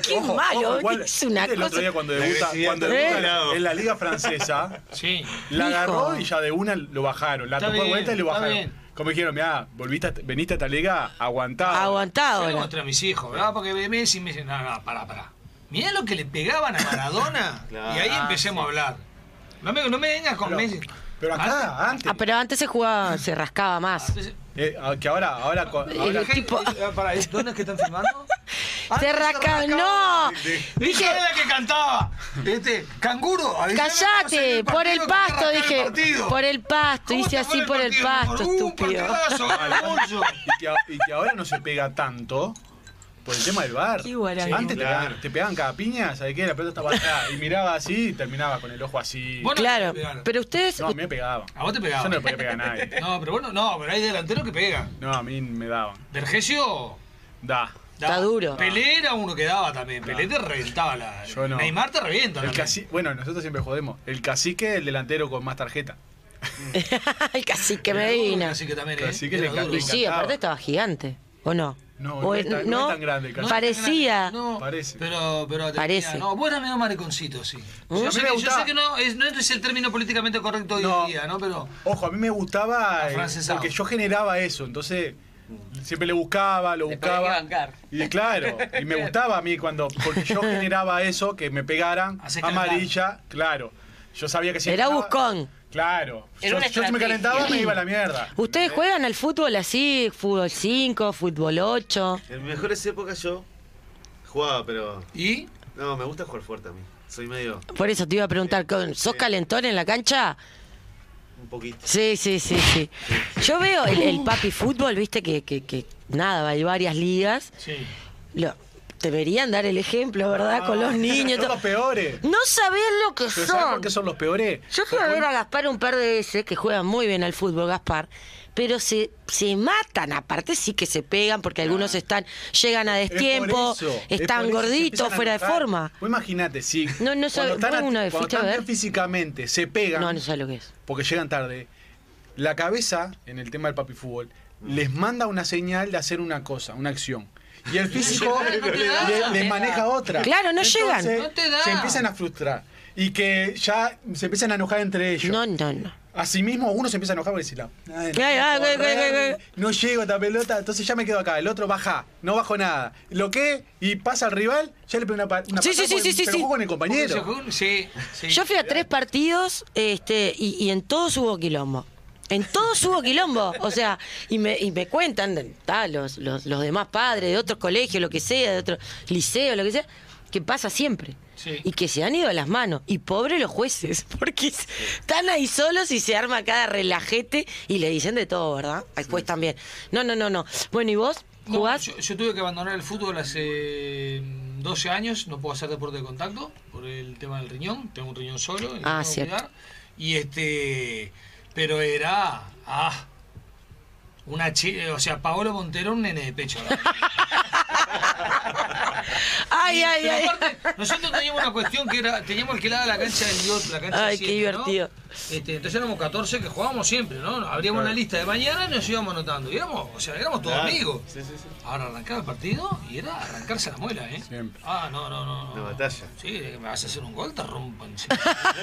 Speaker 1: Qué malo, es una
Speaker 5: ¿viste El otro
Speaker 1: cosa-
Speaker 5: día cuando
Speaker 6: La
Speaker 5: debuta,
Speaker 6: agresividad
Speaker 5: cuando
Speaker 6: está
Speaker 5: debuta
Speaker 6: de lado.
Speaker 5: en la liga francesa,
Speaker 4: Sí.
Speaker 5: la
Speaker 1: Hijo.
Speaker 5: agarró y ya de una lo bajaron. La
Speaker 4: Está
Speaker 5: tocó de
Speaker 4: bien,
Speaker 5: vuelta y lo
Speaker 4: está
Speaker 5: bajaron.
Speaker 4: bien.
Speaker 5: Como dijeron, mirá, volviste a- veniste a esta liga, aguantá.
Speaker 1: Aguantado.
Speaker 4: Yo le mostré a mis hijos, ¿verdad? Porque ve Messi me dicen, no, no, pará, pará. Mirá lo que le pegaban a Maradona.
Speaker 6: Claro,
Speaker 4: y ahí empecemos a hablar. No me, no me vengas con Messi.
Speaker 5: Pero acá, antes.
Speaker 1: Ah, pero antes se jugaba, se rascaba más.
Speaker 4: Entonces,
Speaker 5: Eh, ah, que ahora, ahora, co-
Speaker 1: Eh,
Speaker 5: ahora-
Speaker 1: el tipo-
Speaker 4: eh, pará, ¿es ¿dónde es que están filmando?
Speaker 1: Se rascaba. ¡No!
Speaker 4: Dije,
Speaker 1: Dije,
Speaker 4: era la que cantaba. Este, canguro. avísame cuando sale
Speaker 1: callate,
Speaker 4: el
Speaker 1: por el
Speaker 4: partido, que
Speaker 1: pasto,
Speaker 4: arranca el
Speaker 1: dije.
Speaker 4: partido.
Speaker 1: Por el pasto,
Speaker 4: ¿Cómo
Speaker 1: hice
Speaker 4: te fue
Speaker 1: así por el
Speaker 4: partido?
Speaker 1: pasto,
Speaker 4: Uh,
Speaker 1: estúpido.
Speaker 4: partidazo, Alonso.
Speaker 5: y, que, a- y que ahora no se pega tanto por el tema del bar.
Speaker 1: Qué guaraní.
Speaker 5: Antes te,
Speaker 6: Claro.
Speaker 5: pegaban, te pegaban cada piña, ¿sabes qué? La pelota estaba acá. Y miraba así y terminaba con el ojo así.
Speaker 4: Vos no te
Speaker 1: Claro,
Speaker 4: pegaron.
Speaker 1: pero ustedes...
Speaker 5: No, a mí me pegaban.
Speaker 4: A vos te
Speaker 5: Yo
Speaker 4: pegaban.
Speaker 5: no le podía pegar a nadie.
Speaker 4: No, pero bueno, no, pero hay delanteros que pegan.
Speaker 5: No, a mí me daban.
Speaker 4: Vergesio.
Speaker 5: Da.
Speaker 1: Está duro.
Speaker 4: Pelé era uno que daba también. Pelé te reventaba la.
Speaker 5: Yo no.
Speaker 4: Neymar te revienta.
Speaker 5: El
Speaker 4: también.
Speaker 5: caci- bueno, nosotros siempre jodemos. El cacique, el delantero con más tarjeta.
Speaker 1: Ay, casi que me
Speaker 4: Era duro,
Speaker 1: vino.
Speaker 4: Así que también.
Speaker 5: Así
Speaker 4: eh,
Speaker 5: que
Speaker 4: era
Speaker 5: le
Speaker 4: duro.
Speaker 5: encantó.
Speaker 1: Y sí,
Speaker 5: encantaba.
Speaker 1: aparte estaba gigante, ¿o no?
Speaker 5: No,
Speaker 1: ¿O
Speaker 5: no
Speaker 1: es-
Speaker 5: es tan- no es tan grande el
Speaker 1: No,
Speaker 5: cacique.
Speaker 1: Parecía...
Speaker 4: No,
Speaker 5: Parece.
Speaker 4: Pero, pero
Speaker 1: Parece.
Speaker 4: No, vos eras medio mariconcito, sí.
Speaker 5: A
Speaker 4: Yo
Speaker 5: mí
Speaker 4: sé,
Speaker 5: me
Speaker 4: que, yo
Speaker 5: gustaba-
Speaker 4: sé que no es, no es el término políticamente correcto hoy
Speaker 5: No.
Speaker 4: en día, ¿no? Pero.
Speaker 5: Ojo, a mí me gustaba eh,
Speaker 4: Afrancesado.
Speaker 5: porque yo generaba eso, entonces siempre le buscaba, lo
Speaker 2: Te podía
Speaker 5: buscaba.
Speaker 2: bancar.
Speaker 5: Y claro, y me gustaba a mí cuando porque yo generaba eso que me pegaran
Speaker 4: Hacés calentar.
Speaker 5: amarilla, claro. Yo sabía que si
Speaker 1: Era
Speaker 5: ganaba-
Speaker 1: buscón.
Speaker 5: Claro.
Speaker 2: Era
Speaker 5: Yo,
Speaker 2: una
Speaker 5: yo si me
Speaker 2: estrategia.
Speaker 5: calentaba me iba a la mierda.
Speaker 1: ¿Ustedes juegan al fútbol así? ¿Fútbol 5, fútbol 8?
Speaker 6: En mis mejores épocas yo jugaba, pero.
Speaker 4: ¿Y?
Speaker 6: No, me gusta jugar fuerte a mí. Soy medio.
Speaker 1: Por eso te iba a preguntar, ¿con- ¿sos calentón en la cancha?
Speaker 6: un poquito.
Speaker 1: Sí, sí, sí, sí. Uh. Yo veo el, el papi fútbol, viste, que, que, que nada, hay varias ligas.
Speaker 4: Sí.
Speaker 1: Lo, deberían dar el ejemplo, ¿verdad? Con
Speaker 5: Ah,
Speaker 1: los niños.
Speaker 5: Son
Speaker 1: todo.
Speaker 5: los peores.
Speaker 1: No sabés lo que
Speaker 5: Pero ¿sabes
Speaker 1: son.
Speaker 5: por qué son los peores?
Speaker 1: Yo fui a ver a Gaspar un par de veces, que juegan muy bien al fútbol, Gaspar, pero se, se matan, aparte sí que se pegan, porque algunos están, llegan a
Speaker 5: Ah. Es por
Speaker 1: destiempo,
Speaker 5: eso, es por
Speaker 1: están
Speaker 5: eso, se
Speaker 1: gorditos,
Speaker 5: empiezan a
Speaker 1: fuera de
Speaker 5: enojar.
Speaker 1: forma.
Speaker 5: Vos imaginate, sí.
Speaker 1: No, no sabe-
Speaker 5: cuando están,
Speaker 1: ¿vos alguna vez
Speaker 5: cuando
Speaker 1: fuiste a
Speaker 5: están
Speaker 1: ver?
Speaker 5: bien físicamente, se pegan.
Speaker 1: No, no sé lo que es.
Speaker 5: porque llegan tarde, la cabeza, en el tema del papi fútbol, les manda una señal de hacer una cosa, una acción. Y el físico
Speaker 4: no te da, no te
Speaker 5: le-
Speaker 4: da.
Speaker 5: les maneja otra.
Speaker 1: Claro, no llegan.
Speaker 4: No te da.
Speaker 5: Se empiezan a frustrar. Y que ya se empiezan a enojar entre ellos.
Speaker 1: No, no, no.
Speaker 5: Asimismo, uno se empieza a enojar por decir, "Ay, no,
Speaker 1: Ay, ay,
Speaker 5: puedo
Speaker 1: ay, ay,
Speaker 5: correr,
Speaker 1: ay, ay".
Speaker 5: no llego a esta pelota, entonces ya me quedo acá. El otro baja, no bajo nada. Lo que, y pasa al rival, ya le pega una, pa- una
Speaker 1: Sí, sí, sí,
Speaker 5: porque
Speaker 1: sí,
Speaker 5: se
Speaker 1: sí.
Speaker 5: enojó con el
Speaker 4: ¿Se
Speaker 5: compañero.
Speaker 4: jugó? Sí, sí.
Speaker 1: Yo fui a tres partidos este, y, y en todos hubo quilombo. En todos hubo quilombo. O sea, y me, y me cuentan ta, los, los, los demás padres de otros colegios, lo que sea, de otros liceos, lo que sea, que pasa siempre.
Speaker 4: Sí.
Speaker 1: Y que se han ido a las manos. Y pobre los jueces, porque s- están ahí solos y se arma cada relajete y le dicen de todo, ¿verdad? Al juez también. No, no, no, no. Bueno, ¿y vos
Speaker 4: No,
Speaker 1: jugás?
Speaker 4: yo, yo tuve que abandonar el fútbol hace mm, 12 años, no puedo hacer deporte de contacto por el tema del riñón, tengo un riñón solo, y lo
Speaker 1: Ah,
Speaker 4: tengo que
Speaker 1: cierto.
Speaker 4: cuidar. Y este, pero era, ah, una chica, o sea, Paolo Montero un nene de pecho. la verdad.
Speaker 1: Ay, ay,
Speaker 4: Pero
Speaker 1: ay.
Speaker 4: aparte, nosotros teníamos una cuestión que era, teníamos alquilada la cancha del Dios, la cancha
Speaker 1: Ay,
Speaker 4: del
Speaker 1: qué
Speaker 4: siete, ¿no?
Speaker 1: divertido.
Speaker 4: Este, entonces éramos 14 que jugábamos siempre, ¿no? Abríamos una lista de mañana y nos íbamos anotando. Y éramos, o sea, éramos todos
Speaker 6: Claro.
Speaker 4: amigos.
Speaker 6: Sí, sí, sí.
Speaker 4: Ahora arrancaba el partido y era arrancarse la muela, ¿eh?
Speaker 5: Siempre.
Speaker 4: Ah, no, no, no. no.
Speaker 6: De batalla.
Speaker 4: Sí, de que me vas a hacer un gol, te rompo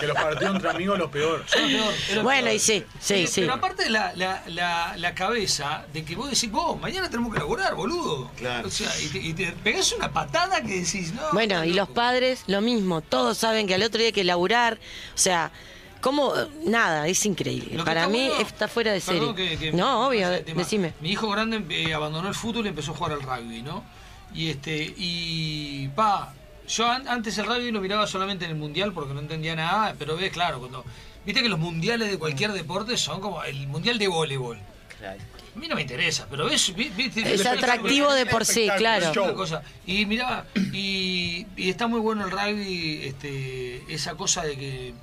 Speaker 7: Que los partidos entre amigos lo peor.
Speaker 1: Bueno, y sí, sí,
Speaker 4: Pero-
Speaker 1: sí.
Speaker 4: Pero aparte la, la, la, la cabeza de que vos decís, vos, mañana tenemos que laburar, boludo.
Speaker 6: Claro.
Speaker 4: O sea, y te, y te pegás una patada que decís, no.
Speaker 1: Bueno, y los
Speaker 4: loco".
Speaker 1: padres, lo mismo. Todos saben que al otro día hay que laburar. O sea, ¿cómo? Nada, es
Speaker 4: Lo
Speaker 1: increíble.
Speaker 4: que
Speaker 1: Para mí
Speaker 4: bueno-
Speaker 1: está fuera de serie.
Speaker 4: Perdón que- que-
Speaker 1: No, obvio,
Speaker 4: pasa el tema.
Speaker 1: decime.
Speaker 4: Mi hijo grande eh, abandonó el fútbol y empezó a jugar al rugby, ¿no? Y este, y pa, yo an- antes el rugby lo miraba solamente en el mundial porque no entendía nada, pero ves, claro, cuando. Viste que los mundiales de cualquier deporte son como el mundial de voleibol.
Speaker 2: Claro.
Speaker 4: A mí no me interesa, pero ves, vi- viste,
Speaker 1: Es
Speaker 4: ves-
Speaker 1: atractivo de por sí, claro.
Speaker 7: Show.
Speaker 4: otra cosa. Y mirá, y, y está muy bueno el rugby, este, esa cosa de que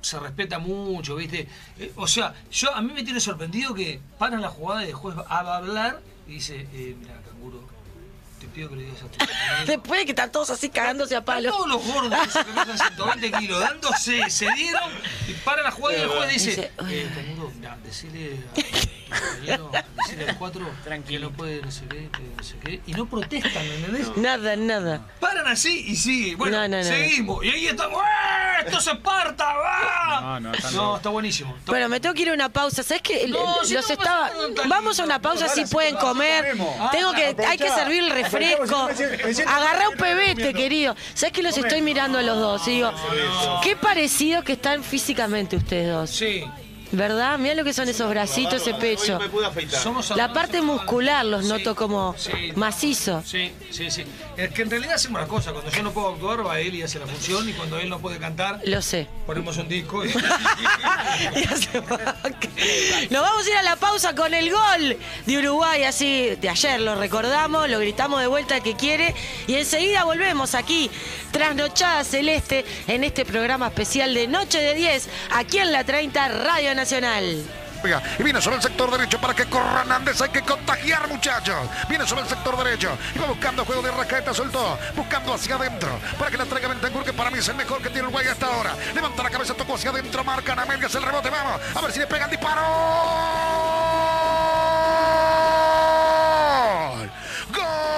Speaker 4: se respeta mucho, ¿viste? Eh, o sea, yo a mí me tiene sorprendido que paran la jugada y el juez va a hablar y dice, eh, mira, canguro, te pido que le digas a tu compañero".
Speaker 1: Después de que están todos así cagándose a palo.
Speaker 4: Todos los gordos esos que pesan 120 kilos dándose, se dieron y para la jugada y el juez dice, eh, Canguro, mirá, decile a tu compañero, decile al 4 que
Speaker 2: Tranquilito.
Speaker 4: no puede no sé qué, que no sé qué. Y no protestan, ¿entendés?
Speaker 1: Nada, nada.
Speaker 4: Paran así y sigue. Bueno,
Speaker 1: No, no, no.
Speaker 4: seguimos. Y ahí estamos. ¡Eh! ¡Esto se parta! ¡Ah!
Speaker 7: No, no, está
Speaker 4: No,
Speaker 7: loco.
Speaker 4: está buenísimo. Está
Speaker 1: Bueno, me tengo que ir a una pausa. ¿Sabes qué?
Speaker 4: No,
Speaker 1: Los
Speaker 4: si no, vas a
Speaker 1: estaba.
Speaker 4: estar tan
Speaker 1: Vamos a
Speaker 4: lindo.
Speaker 1: una pausa si
Speaker 7: Ahora sí,
Speaker 1: pueden
Speaker 7: ahora sí
Speaker 1: comer.
Speaker 7: comemos.
Speaker 1: Tengo que, hay que
Speaker 7: Aprovechá.
Speaker 1: servir el refresco.
Speaker 7: Aprovechá, porque si no me siento- me siento
Speaker 1: Agarrá
Speaker 7: mal,
Speaker 1: un
Speaker 7: me estoy
Speaker 1: pebete,
Speaker 7: comiendo.
Speaker 1: querido. ¿Sabes que los estoy mirando a los dos? Y digo, qué parecidos que están físicamente ustedes
Speaker 4: buenísimo.
Speaker 1: dos.
Speaker 4: Sí.
Speaker 1: ¿Verdad? Mirá lo que son esos bracitos, ese pecho.
Speaker 6: Hoy me pude afeitar.
Speaker 4: Somos
Speaker 1: La parte muscular los noto como
Speaker 4: Sí.
Speaker 1: macizos.
Speaker 4: Sí, sí, sí. Es que en realidad hacemos las cosas. Cuando yo no puedo actuar, va él y hace la función. Y cuando él no puede cantar,
Speaker 1: Lo sé.
Speaker 4: ponemos un disco. Y...
Speaker 1: Y hace rock. Nos vamos a ir a la pausa con el gol de Uruguay, así de ayer lo recordamos, lo gritamos de vuelta al que quiere y enseguida volvemos aquí, Trasnochada Celeste, en este programa especial de Noche de 10, aquí en la 30 Radio Nacional.
Speaker 8: Pega. Y viene sobre el sector derecho para que corra Hernández. Hay que contagiar, muchachos. Viene sobre el sector derecho. Y va buscando juego de raqueta. Soltó. Buscando hacia adentro. Para que la traiga Bentancur, que para mí es el mejor que tiene Uruguay hasta ahora. Levanta la cabeza, tocó hacia adentro. Marcan a medias el rebote. Vamos. A ver si le pegan disparo. ¡Gol!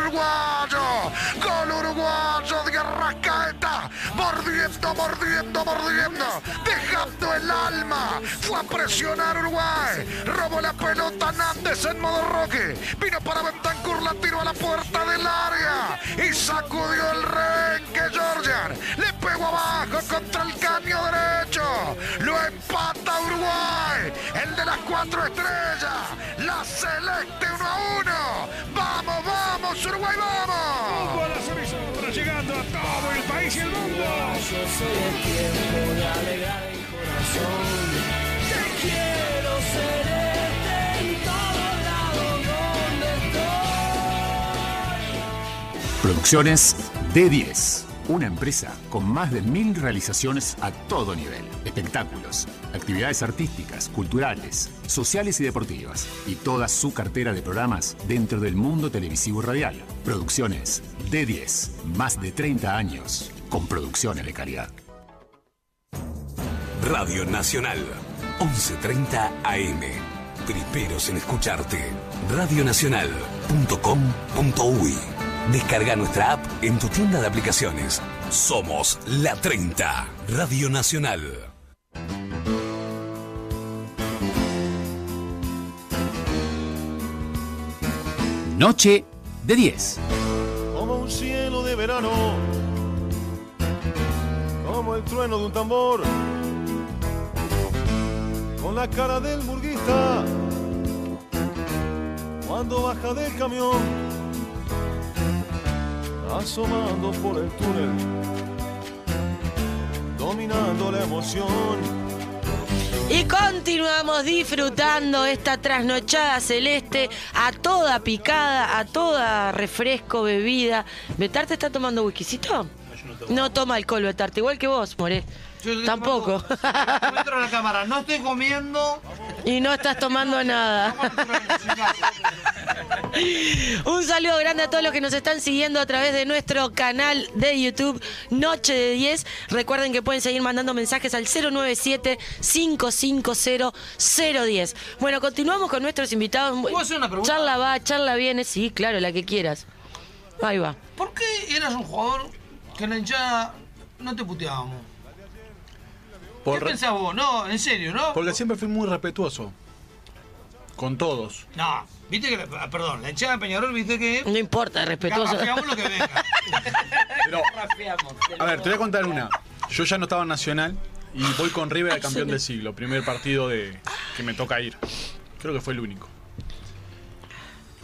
Speaker 8: uruguayo, gol uruguayo de Arrascaeta, mordiendo, mordiendo, mordiendo, dejando el alma, fue a presionar Uruguay, robó la pelota Nández en modo Roque, vino para Bentancur, la tiró a la puerta del área y sacudió el renque Georgian, le pegó abajo contra el caño derecho, lo empata Uruguay, el de las cuatro estrellas, la celeste 1 a 1, vamos, vamos Uruguay, vamos.
Speaker 7: Llegando a todo el país y el mundo.
Speaker 9: Producciones D10, una empresa con más de mil realizaciones a todo nivel. Espectáculos, actividades artísticas, culturales, sociales y deportivas. Y toda su cartera de programas dentro del mundo televisivo y radial. Producciones D10, más de 30 años con producciones de calidad.
Speaker 10: Radio Nacional, 11:30 AM. Primeros en escucharte. Radionacional.com.uy. Descarga nuestra app en tu tienda de aplicaciones. Somos la 30 Radio Nacional.
Speaker 9: Noche de 10.
Speaker 11: como un cielo de verano, como el trueno de un tambor, con la cara del burguista, cuando baja del camión, asomando por el túnel, dominando la emoción.
Speaker 1: Y continuamos disfrutando esta trasnochada celeste a toda picada, a toda refresco, bebida. ¿Betarte está tomando whiskycito? No toma alcohol, Betarte, igual que vos, More.
Speaker 4: Yo estoy
Speaker 1: Tampoco.
Speaker 4: tomando- No entro a la cámara. No estoy comiendo.
Speaker 1: Y no estás tomando nada. Un saludo grande a todos los que nos están siguiendo a través de nuestro canal de YouTube Noche de 10. Recuerden que pueden seguir mandando mensajes al 097-550-010. Bueno, continuamos con nuestros invitados.
Speaker 4: ¿Puedo hacer una pregunta?
Speaker 1: Charla va, charla viene. Sí, claro, la que quieras. Ahí va.
Speaker 4: ¿Por qué eras un jugador que en la hinchada no te puteábamos?
Speaker 5: Por-
Speaker 4: ¿Qué pensás vos? No, en serio, ¿no?
Speaker 5: Porque siempre fui muy respetuoso. Con todos.
Speaker 4: No, viste que, la- ah, perdón, la hinchada de Peñarol, viste que...
Speaker 1: No importa, respetuoso.
Speaker 4: Rapeamos lo que venga.
Speaker 5: A ver, te voy a contar una. Yo ya no estaba en Nacional y voy con River al campeón del siglo. Primer partido de que me toca ir. Creo que fue el único.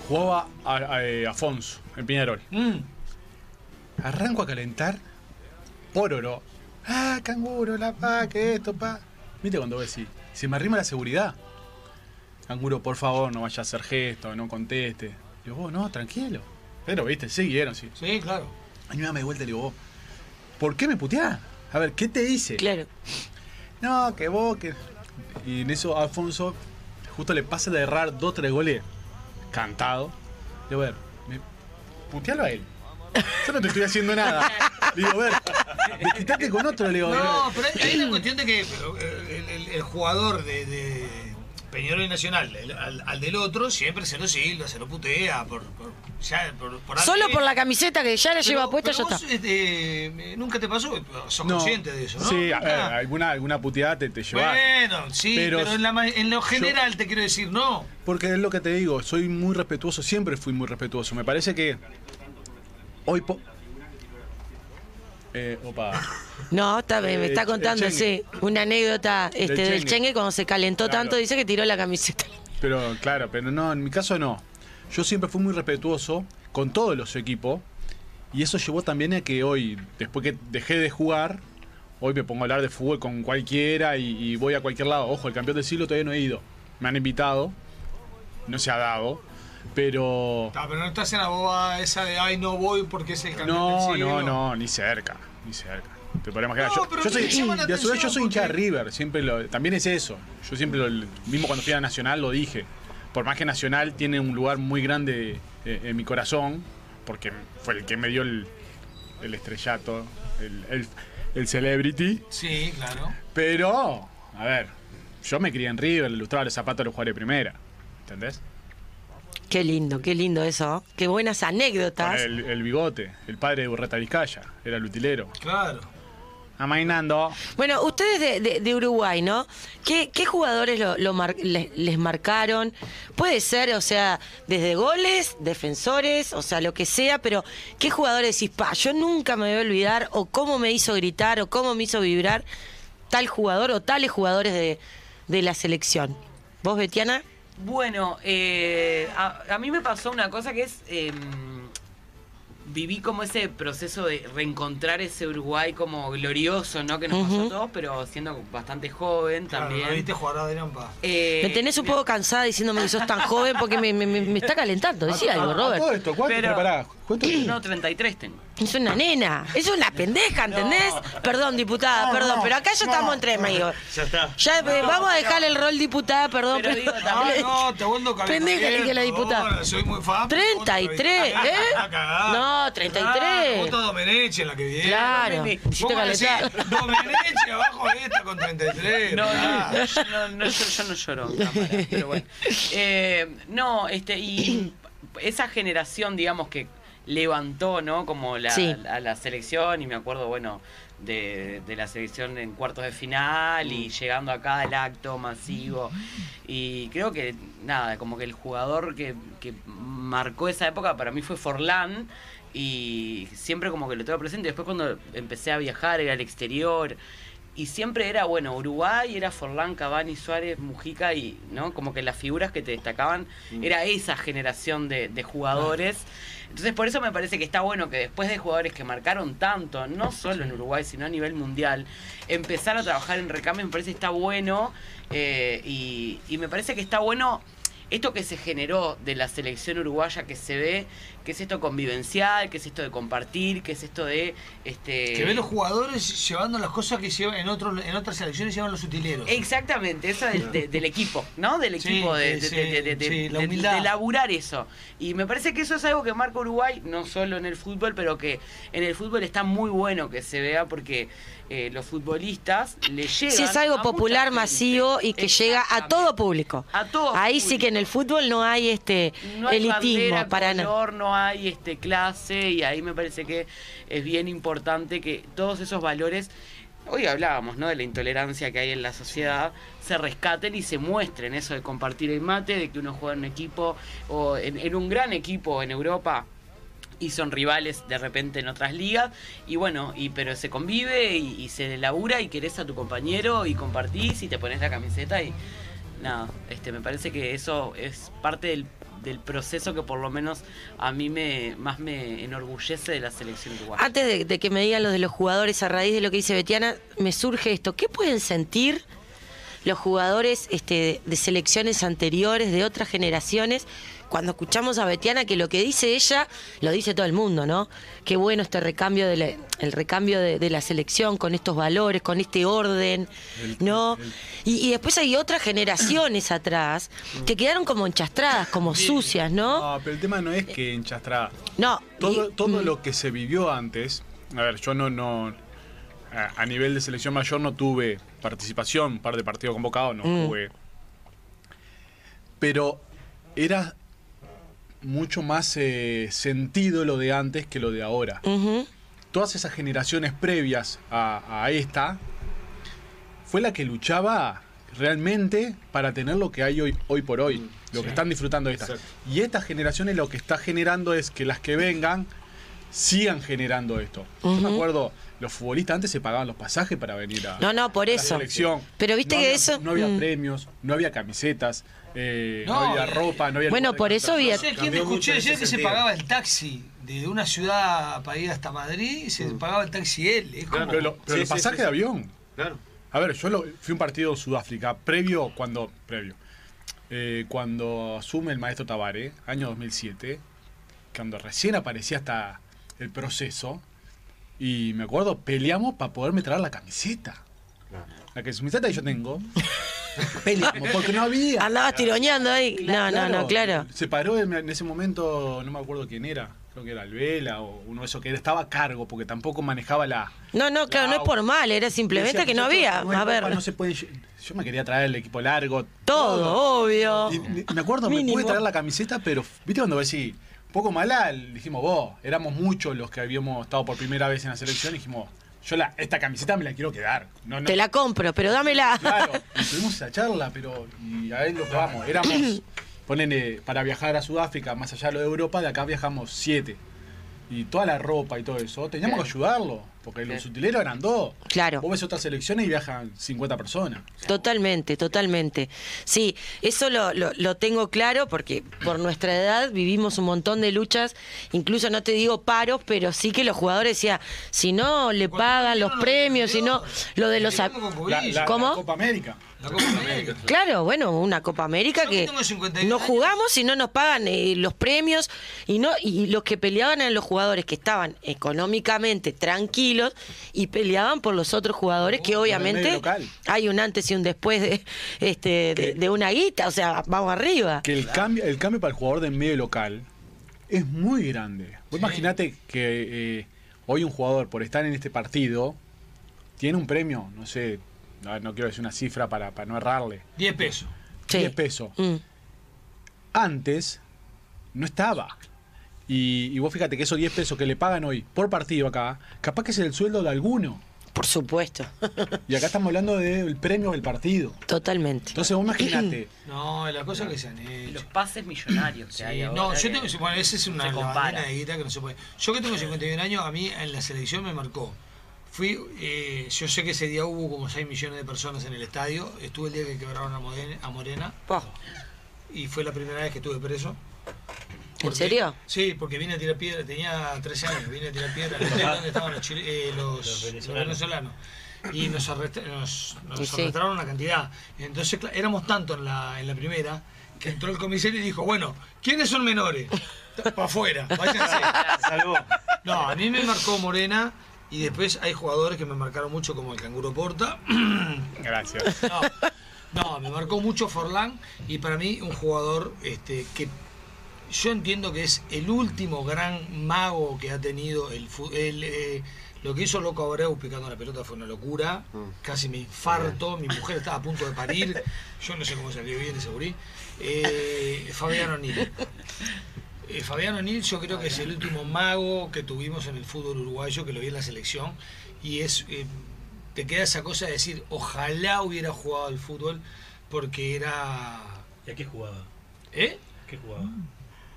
Speaker 5: Jugaba a, a- eh, Afonso, en Piñarol.
Speaker 4: Mm,
Speaker 5: Arranco a calentar. Pororo. Ah, canguro, la pa, que esto, pa. Viste cuando vos decís, se me arrima la seguridad. Canguro, por favor, no vaya a hacer gesto, no conteste. Digo, vos, no, tranquilo. Pero, viste, siguieron, sí.
Speaker 4: Sí, claro.
Speaker 5: A mí me da de vuelta y le digo, vos, ¿por qué me puteás? A ver, ¿qué te hice?
Speaker 1: Claro.
Speaker 5: No, que vos, que. Y en eso Alfonso justo le pasa de errar dos, tres goles cantado. Le digo, a ver, me... putealo a él. Yo no te estoy haciendo nada. Le digo, a ver, me quitaste con otro, le digo.
Speaker 4: No,
Speaker 5: "Ver".
Speaker 4: pero hay- hay una cuestión de que eh, el, el- el jugador de, de Peñarol y Nacional, el- al, al del otro, siempre se lo silba, se lo putea, por, por- ya, por- por arte.
Speaker 1: Solo por la camiseta que ya le
Speaker 4: Pero-
Speaker 1: lleva puesta, ya
Speaker 4: pero
Speaker 1: está.
Speaker 4: vos, este, eh, nunca te pasó, eh, sos
Speaker 5: No.
Speaker 4: consciente de eso, ¿no?
Speaker 5: Sí, a ver,
Speaker 4: Ah,
Speaker 5: alguna, alguna puteada te, te llevás.
Speaker 4: Bueno, sí, pero, en, la ma- en lo general te quiero decir, no.
Speaker 5: Porque es lo que te digo, soy muy respetuoso, siempre fui muy respetuoso. Me parece que hoy... po- Eh, opa.
Speaker 1: No, está bien, me
Speaker 5: Eh,
Speaker 1: está
Speaker 5: el
Speaker 1: contando, sí.
Speaker 5: Chengue.
Speaker 1: Una anécdota este,
Speaker 5: Del
Speaker 1: del
Speaker 5: Chengue.
Speaker 1: Chengue cuando se calentó
Speaker 5: Claro.
Speaker 1: tanto, dice que tiró la camiseta.
Speaker 5: Pero claro, pero no, en mi caso no. Yo siempre fui muy respetuoso con todos los equipos y eso llevó también a que hoy, después que dejé de jugar, hoy me pongo a hablar de fútbol con cualquiera y, y voy a cualquier lado. Ojo, el campeón del siglo todavía no he ido. Me han invitado, no se ha dado, pero...
Speaker 4: Ah, pero no estás en la boba esa de, ay, no voy porque es el campeón
Speaker 5: No,
Speaker 4: del siglo".
Speaker 5: no, no, ni cerca, ni cerca. Te podrías imaginar.
Speaker 4: No,
Speaker 5: Yo-
Speaker 4: pero
Speaker 5: yo,
Speaker 4: me llama la
Speaker 5: soy, de a su vez yo
Speaker 4: atención
Speaker 5: soy hincha de River, siempre lo, también es eso. Yo siempre, lo, mismo cuando fui a Nacional, lo dije. Por más que Nacional tiene un lugar muy grande eh, en mi corazón, porque fue el que me dio el, el estrellato, el, el- el celebrity.
Speaker 4: Sí, claro.
Speaker 5: Pero, a ver, yo me crié en River, le lustraba los zapatos a los jugadores de primera. ¿Entendés?
Speaker 1: Qué lindo, qué lindo eso. Qué buenas
Speaker 5: Con
Speaker 1: anécdotas.
Speaker 5: el, el bigote, el padre de Burreta Vizcaya, era el utilero.
Speaker 4: Claro.
Speaker 5: Amainando.
Speaker 1: Bueno, ustedes de, de- de Uruguay, ¿no? ¿Qué, qué jugadores lo, lo mar- le- les, marcaron? Puede ser, o sea, desde goles, defensores, o sea, lo que sea, pero ¿qué jugadores decís, pa, yo nunca me voy a olvidar, o cómo me hizo gritar, o cómo me hizo vibrar tal jugador o tales jugadores de, de la selección? ¿Vos, Betiana?
Speaker 2: Bueno, eh, a, a mí me pasó una cosa que es. eh, viví como ese proceso de reencontrar ese Uruguay como glorioso, ¿no? Que nos pasó a todos, pero siendo bastante joven
Speaker 4: Claro,
Speaker 2: también.
Speaker 4: lo viste jugar a Delampa.
Speaker 2: Eh,
Speaker 1: Me tenés un poco cansada diciéndome que sos tan joven porque me, me- me- me está calentando. Decí algo, Robert.
Speaker 2: Pero- No, 33 tengo.
Speaker 1: Es una nena, es una pendeja, ¿entendés? Perdón, diputada,
Speaker 2: No,
Speaker 1: perdón,
Speaker 2: no,
Speaker 1: pero acá ya
Speaker 2: no.
Speaker 1: estamos entre amigos.
Speaker 6: Ya está.
Speaker 1: Ya eh,
Speaker 2: No,
Speaker 1: vamos a
Speaker 2: pero-
Speaker 1: dejar el rol diputada, perdón,
Speaker 2: Pero
Speaker 1: pero-
Speaker 2: digo, también-
Speaker 4: Ah, no, te vuelvo cabezón.
Speaker 1: Pendeja le que la diputada.
Speaker 4: Ahora, soy muy fan.
Speaker 1: 33, ¿eh? No,
Speaker 2: Ah,
Speaker 1: 33.
Speaker 4: Voto Domeneche la que viene.
Speaker 1: Claro,
Speaker 4: Vení.
Speaker 1: hiciste
Speaker 4: ¿Cómo decís?
Speaker 1: calentar.
Speaker 4: Domeneche abajo de esta con 33.
Speaker 2: No,
Speaker 4: pará.
Speaker 2: no, yo no, no, yo, yo no lloro. cámara, pero bueno. Eh, no, este, y esa generación, digamos, que levantó, ¿no? Como la,
Speaker 1: Sí.
Speaker 2: a la selección, y me acuerdo, bueno, de, de la selección en cuartos de final y llegando acá al acto masivo. Y creo que, nada, como que el jugador que, que marcó esa época para mí fue Forlán. Y siempre como que lo tengo presente. Después cuando empecé a viajar, era al exterior. Y siempre era, bueno, Uruguay, era Forlán, Cavani, Suárez, Mujica y, ¿no? Como que las figuras que te destacaban
Speaker 4: Mm.
Speaker 2: era esa generación de, de jugadores. Entonces, por eso me parece que está bueno que después de jugadores que marcaron tanto, no solo en Uruguay, sino a nivel mundial, empezar a trabajar en recambio me parece que está bueno. eh, y, y me parece que está bueno esto que se generó de la selección uruguaya que se ve, que es esto convivencial, que es esto de compartir, que es esto de... Este...
Speaker 4: Que ve los jugadores llevando las cosas que llevan en, otros, en otras selecciones llevan los utileros.
Speaker 2: Exactamente, esa del, de- del equipo, ¿no? Del
Speaker 4: Sí,
Speaker 2: equipo, de, de-
Speaker 4: sí,
Speaker 2: de- de- de-
Speaker 4: sí, la
Speaker 2: de-
Speaker 4: humildad.
Speaker 2: de laburar eso. Y me parece que eso es algo que marca Uruguay, no solo en el fútbol, pero que en el fútbol está muy bueno que se vea porque eh, los futbolistas le llegan...
Speaker 1: Si es algo popular, masivo y que llega a todo público. Ahí sí que en el fútbol no hay este
Speaker 2: no hay
Speaker 1: elitismo
Speaker 2: bandera,
Speaker 1: para nada.
Speaker 2: color, no hay este clase y ahí me parece que es bien importante que todos esos valores hoy hablábamos no de la intolerancia que hay en la sociedad se rescaten y se muestren eso de compartir el mate de que uno juega en un equipo o en, en un gran equipo en Europa y son rivales de repente en otras ligas y bueno y pero se convive y, y se labura y querés a tu compañero y compartís y te pones la camiseta y nada este me parece que eso es parte del, del proceso que por lo menos a mí me más me enorgullece de la selección uruguaya
Speaker 1: Antes de, de que me digan los de los jugadores a raíz de lo que dice Betiana, me surge esto. ¿Qué pueden sentir los jugadores este, de selecciones anteriores, de otras generaciones, cuando escuchamos a Betiana que lo que dice ella lo dice todo el mundo, ¿no? Qué bueno este recambio de la, el recambio de, de la selección con estos valores, con este orden, ¿no? Y, y después hay otras generaciones atrás que quedaron como enchastradas, como sucias, ¿no?
Speaker 5: No, pero el tema no es que enchastrada.
Speaker 1: No.
Speaker 5: Ah, Todo, todo
Speaker 1: mm.
Speaker 5: lo que se vivió antes. A ver, yo no, no. A, a nivel de selección mayor no tuve participación, un par de partidos convocados, no
Speaker 12: Mm.
Speaker 5: jugué. Pero era mucho más eh, sentido lo de antes que lo de ahora. Todas esas generaciones previas a, a esta fue la que luchaba realmente para tener lo que hay hoy, hoy por hoy, lo que están disfrutando estas. Y estas generaciones lo que está generando es que las que vengan sigan generando esto. Yo me acuerdo, los futbolistas antes se pagaban los pasajes para venir a,
Speaker 1: No, no, por
Speaker 5: a la
Speaker 1: eso.
Speaker 5: selección.
Speaker 1: Pero viste
Speaker 5: No
Speaker 1: que
Speaker 5: había-
Speaker 1: eso-
Speaker 5: No había
Speaker 1: mm.
Speaker 5: premios, no había camisetas, eh, no,
Speaker 4: No,
Speaker 5: había ropa, no había...
Speaker 1: Bueno, por eso había-
Speaker 4: No sé quién escuché ayer que se pagaba el taxi de una ciudad para ir hasta Madrid, se
Speaker 2: Mm.
Speaker 4: pagaba el taxi él. Es como-
Speaker 5: Pero, lo- pero los pasajes de avión.
Speaker 6: Claro.
Speaker 5: A ver, yo lo- fui a un partido de Sudáfrica previo cuando previo eh, cuando asume el maestro Tabaré, año 2007, cuando recién aparecía hasta el proceso y me acuerdo peleamos para poderme traer la camiseta. La camiseta que yo tengo. peleamos porque no había.
Speaker 1: Andabas tironeando ahí. Ah, No, no, no, claro.
Speaker 5: Se paró en, en ese momento, no me acuerdo quién era. Creo que era Alvela o uno de esos que estaba a cargo porque tampoco manejaba la,
Speaker 1: No, no, claro, no es por mal, era simplemente
Speaker 5: Decía,
Speaker 1: que no
Speaker 5: nosotros,
Speaker 1: había.
Speaker 5: bueno,
Speaker 1: A ver.
Speaker 5: papá, no se puede lle- Yo me quería traer el equipo largo.
Speaker 1: Todo, obvio.
Speaker 5: me acuerdo, me
Speaker 1: Mínimo.
Speaker 5: pude traer la camiseta, pero viste cuando decís, un poco mala, dijimos, vos, éramos muchos los que habíamos estado por primera vez en la selección, y dijimos, yo la, esta camiseta me la quiero quedar. No, no.
Speaker 1: Te la compro, pero dámela.
Speaker 5: Claro, y tuvimos esa charla, pero y ahí lo que vamos, éramos, ponele, para viajar a Sudáfrica, más allá de lo de Europa, de acá viajamos siete. Y toda la ropa y todo eso, teníamos que ayudarlo, porque los utileros eran dos.
Speaker 1: Claro.
Speaker 5: Vos ves otras selecciones y viajan 50 personas.
Speaker 1: Totalmente, totalmente. Sí, eso lo, lo- lo tengo claro porque por nuestra edad vivimos un montón de luchas, incluso no te digo paros, pero sí que los jugadores decían, si no le pagan los premios, si no lo de los... a- ¿Cómo?
Speaker 5: Copa América.
Speaker 4: La Copa América.
Speaker 1: Claro, bueno, una Copa América que no jugamos y no nos pagan eh, los premios y no y los que peleaban eran los jugadores que estaban económicamente tranquilos y peleaban por los otros jugadores que obviamente
Speaker 5: local.
Speaker 1: hay un antes y un después de este de, de una guita, o sea, vamos arriba.
Speaker 5: Que el cambio, el cambio para el jugador de medio local es muy grande. Vos imaginate que eh, hoy un jugador, por estar en este partido, tiene un premio, no sé, no, no quiero decir una cifra para, para no errarle.
Speaker 4: 10 pesos.
Speaker 5: 10 pesos.
Speaker 1: Mm,
Speaker 5: Antes no estaba. Y, y vos fíjate que esos 10 pesos que le pagan hoy por partido acá, capaz que es el sueldo de alguno.
Speaker 1: Por supuesto.
Speaker 5: Y acá estamos hablando del premio del partido.
Speaker 1: Totalmente.
Speaker 5: Entonces vos imaginate,
Speaker 4: No, es la cosa que se han hecho.
Speaker 2: los pases millonarios que
Speaker 4: Ah, Sí,
Speaker 2: hay ahora
Speaker 4: no, yo
Speaker 2: que-
Speaker 4: tengo, bueno, esa es una
Speaker 2: se compara.
Speaker 4: lavadina de guita que no se puede. Yo que tengo 51 años, a mí en la selección me marcó. Fui, eh, yo sé que ese día hubo como 6 millones de personas en el estadio. Estuve el día que quebraron a Modena- a Morena. Y fue la primera vez que estuve preso.
Speaker 1: ¿En serio?
Speaker 4: Sí, porque vine a tirar piedra, tenía 13 años, vine a tirar piedra al hotel donde estaban los, chile- eh, los- los venezolanos. Y nos, arresta- nos- nos
Speaker 1: Y sí.
Speaker 4: arrestaron una cantidad. Entonces cla- éramos tanto en la, en la primera que entró el comisario y dijo, bueno, ¿quiénes son menores? Para afuera, váyanse. No, a mí me marcó Morena y después hay jugadores que me marcaron mucho como el Canguro Porta.
Speaker 13: Gracias.
Speaker 4: No, no, me marcó mucho Forlán y para mí un jugador este, que yo entiendo que es el último gran mago que ha tenido el, fu- el, eh, lo que hizo Loco Abreu picando la pelota fue una locura, casi me infarto, mi mujer estaba a punto de parir, yo no sé cómo salió bien ese gurí. Eh, Fabián O'Neill. Eh, Fabián O'Neill yo creo que es el último mago que tuvimos en el fútbol uruguayo, que lo vi en la selección, y es eh, te queda esa cosa de decir, ojalá hubiera jugado al fútbol, porque era...
Speaker 13: ¿Y a qué jugaba?
Speaker 4: ¿Eh?
Speaker 13: ¿Qué jugaba?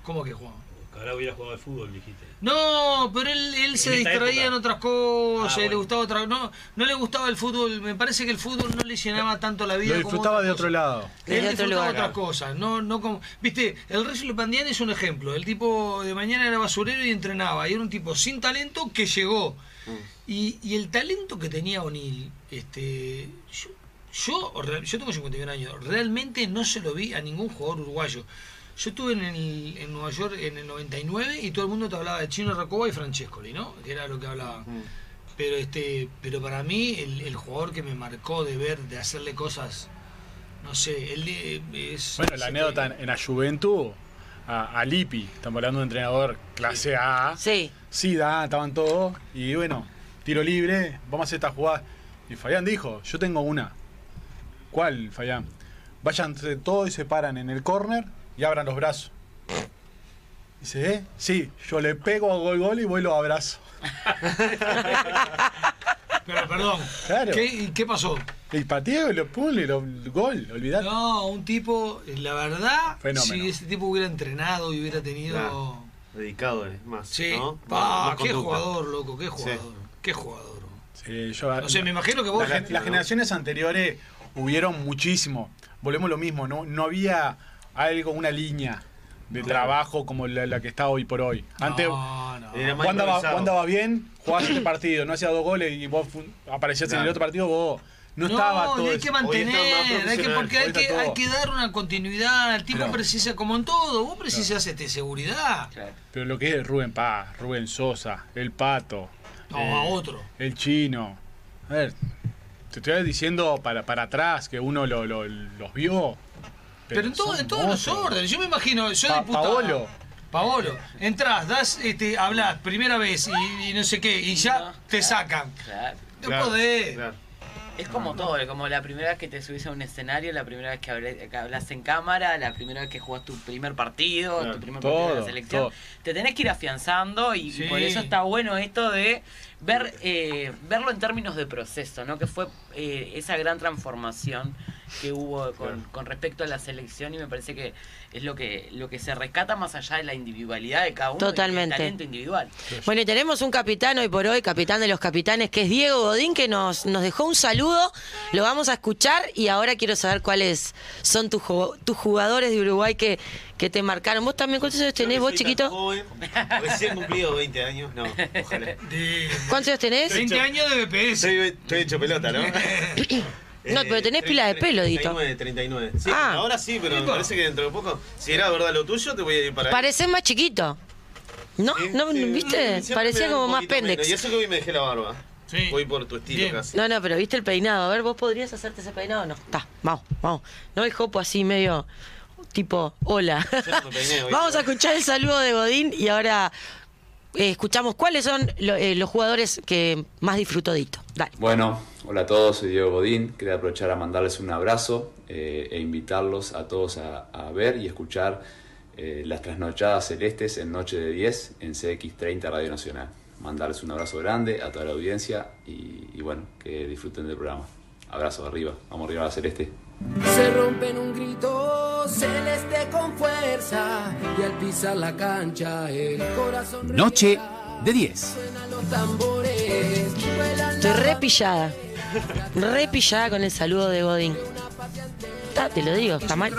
Speaker 4: ¿Cómo que jugaba?
Speaker 13: Ahora hubiera jugado al fútbol, dijiste.
Speaker 4: No, pero él, él se
Speaker 13: En esta
Speaker 4: distraía
Speaker 13: época.
Speaker 4: en otras cosas,
Speaker 13: Ah,
Speaker 4: le
Speaker 13: bueno.
Speaker 4: gustaba otra, no, no le gustaba el fútbol, me parece que el fútbol no le llenaba tanto la vida.
Speaker 14: Lo
Speaker 4: como
Speaker 14: disfrutaba de otro lado.
Speaker 4: él disfrutaba otras cosas, no, no como, viste, el Rey Pandiani es un ejemplo, el tipo de mañana era basurero y entrenaba, y era un tipo sin talento que llegó. Y, y el talento que tenía O'Neill, este, yo, yo, real- yo tengo 51 años, realmente no se lo vi a ningún jugador uruguayo. Yo estuve en, el- en Nueva York en el 99 y todo el mundo te hablaba de Chino Recoba y Francescoli, ¿no? Que era lo que hablaban. Pero este, pero para mí el, el jugador que me marcó de ver, de hacerle cosas, no sé, él eh, es
Speaker 5: Bueno, la
Speaker 4: sé
Speaker 5: anécdota en, en la Juventud, a, a Lippi, estamos hablando de un entrenador clase A.
Speaker 1: Sí.
Speaker 5: da, estaban todos. Y bueno, tiro libre, vamos a hacer esta jugada. Y Fabián dijo, yo tengo una. ¿Cuál, Fabián? Vayan entre todos y se paran en el córner y abran los brazos. Dice, ¿eh? Sí, yo le pego a gol gol y voy y lo abrazo.
Speaker 4: Pero perdón,
Speaker 5: Claro.
Speaker 4: ¿qué, y qué pasó?
Speaker 5: El pateo y lo pum, y lo, el gol, olvidate.
Speaker 4: No, un tipo, la verdad,
Speaker 5: Fenómeno.
Speaker 4: si ese tipo hubiera entrenado y hubiera tenido.
Speaker 6: Claro. Dedicado es más.
Speaker 4: Sí,
Speaker 6: ¿no?
Speaker 4: pa,
Speaker 6: Más
Speaker 4: qué
Speaker 6: conducta.
Speaker 4: jugador, loco, qué
Speaker 6: Sí.
Speaker 4: jugador, qué jugador.
Speaker 5: Sí, yo-
Speaker 4: O sea, me imagino que vos-
Speaker 5: La- las generaciones anteriores hubieron muchísimo. Volvemos a lo mismo, no, no había algo, una línea de trabajo como la, la que está hoy por hoy. Antes,
Speaker 6: Era más
Speaker 5: vos, andabas,
Speaker 6: improvisado.
Speaker 5: vos andabas bien, jugabas este partido, no hacías dos goles y vos fun- aparecías en el
Speaker 6: Claro.
Speaker 5: otro partido, vos no,
Speaker 4: No,
Speaker 5: estaba
Speaker 4: y
Speaker 5: todo.
Speaker 4: hay
Speaker 5: eso.
Speaker 4: que mantener, hay que, porque hay
Speaker 5: Hoy está
Speaker 4: que,
Speaker 5: todo.
Speaker 4: hay que dar una continuidad. El tipo
Speaker 5: Claro.
Speaker 4: precisa, como en todo, vos precisas este, seguridad.
Speaker 5: Pero lo que es Rubén Paz, Rubén Sosa, El Pato.
Speaker 4: No, a otro.
Speaker 5: El Chino. A ver, te estoy diciendo para, para atrás que uno lo- lo- los vio.
Speaker 4: Pero, en, todo,
Speaker 5: son
Speaker 4: en todos los
Speaker 5: monstruos.
Speaker 4: órdenes, yo me imagino, yo
Speaker 5: Pa-
Speaker 4: diputado.
Speaker 5: Paolo.
Speaker 4: Paolo, entras, das, este, hablas primera vez y, y no sé qué, y ya te sacan.
Speaker 2: Claro.
Speaker 4: No podés.
Speaker 2: Es como todo, como la primera vez que te subís a un escenario, la primera vez que, hablé- que hablas en cámara, la primera vez que jugás tu primer partido,
Speaker 5: Claro.
Speaker 2: tu primer
Speaker 5: Todo,
Speaker 2: partido de la selección.
Speaker 5: todo.
Speaker 2: Te tenés que ir afianzando y, y
Speaker 5: Sí.
Speaker 2: por eso está bueno esto de ver eh, verlo en términos de proceso, ¿no? Que fue eh, esa gran transformación que hubo con,
Speaker 3: Claro.
Speaker 2: con respecto a la selección y me parece que es lo que lo que se rescata más allá de la individualidad de cada uno y del
Speaker 1: Totalmente.
Speaker 2: talento individual.
Speaker 1: Bueno, y tenemos un capitán hoy por hoy, capitán de los capitanes, que es Diego Godín, que nos, nos dejó un saludo. Lo vamos a escuchar y ahora quiero saber cuáles son tus, ju- tus jugadores de Uruguay que, que te marcaron. ¿Vos también cuántos años tenés, vos,
Speaker 6: Soy tan
Speaker 1: chiquito?
Speaker 6: joven, Recién cumplido 20 años, no, ojalá.
Speaker 1: ¿Cuántos años tenés?
Speaker 4: años de BPS.
Speaker 6: Estoy hecho pelota, ¿no? eh,
Speaker 1: No, pero tenés pila de pelo, Dito.
Speaker 6: 39, 39. Sí,
Speaker 1: Ah.
Speaker 6: ahora sí, pero me
Speaker 1: Epa.
Speaker 6: parece que dentro de poco, si era verdad lo tuyo, te voy a ir para ahí.
Speaker 1: Parecés más chiquito. ¿No? ¿No viste?
Speaker 6: Siempre
Speaker 1: Parecía
Speaker 6: me da
Speaker 1: como
Speaker 6: un
Speaker 1: más
Speaker 6: poquito menos.
Speaker 1: pendex.
Speaker 6: Y eso que hoy me dejé la barba. Voy por tu estilo casi.
Speaker 1: No, no, pero viste el peinado. A ver, ¿vos podrías hacerte ese peinado o no? Está, vamos, vamos. No el jopo así medio tipo, hola. vamos a escuchar el saludo de Godín y ahora eh, escuchamos cuáles son lo- eh, los jugadores que más disfrutó Dito. Dale.
Speaker 15: Bueno, hola a todos, soy Diego Godín. Quería aprovechar a mandarles un abrazo eh, e invitarlos a todos a, a ver y escuchar eh, las trasnochadas celestes en Noche de 10 en CX30 Radio Nacional. Mandarles un abrazo grande a toda la audiencia y, y bueno, que disfruten del programa. Abrazos arriba, vamos arriba a la celeste.
Speaker 16: Se rompe en un grito celeste con fuerza y al pisar la cancha el corazón
Speaker 9: Noche de 10.
Speaker 16: a los tambores. Vuelan
Speaker 1: Estoy re pillada. Re pillada con el saludo de Godín. Está, te lo digo, está mal.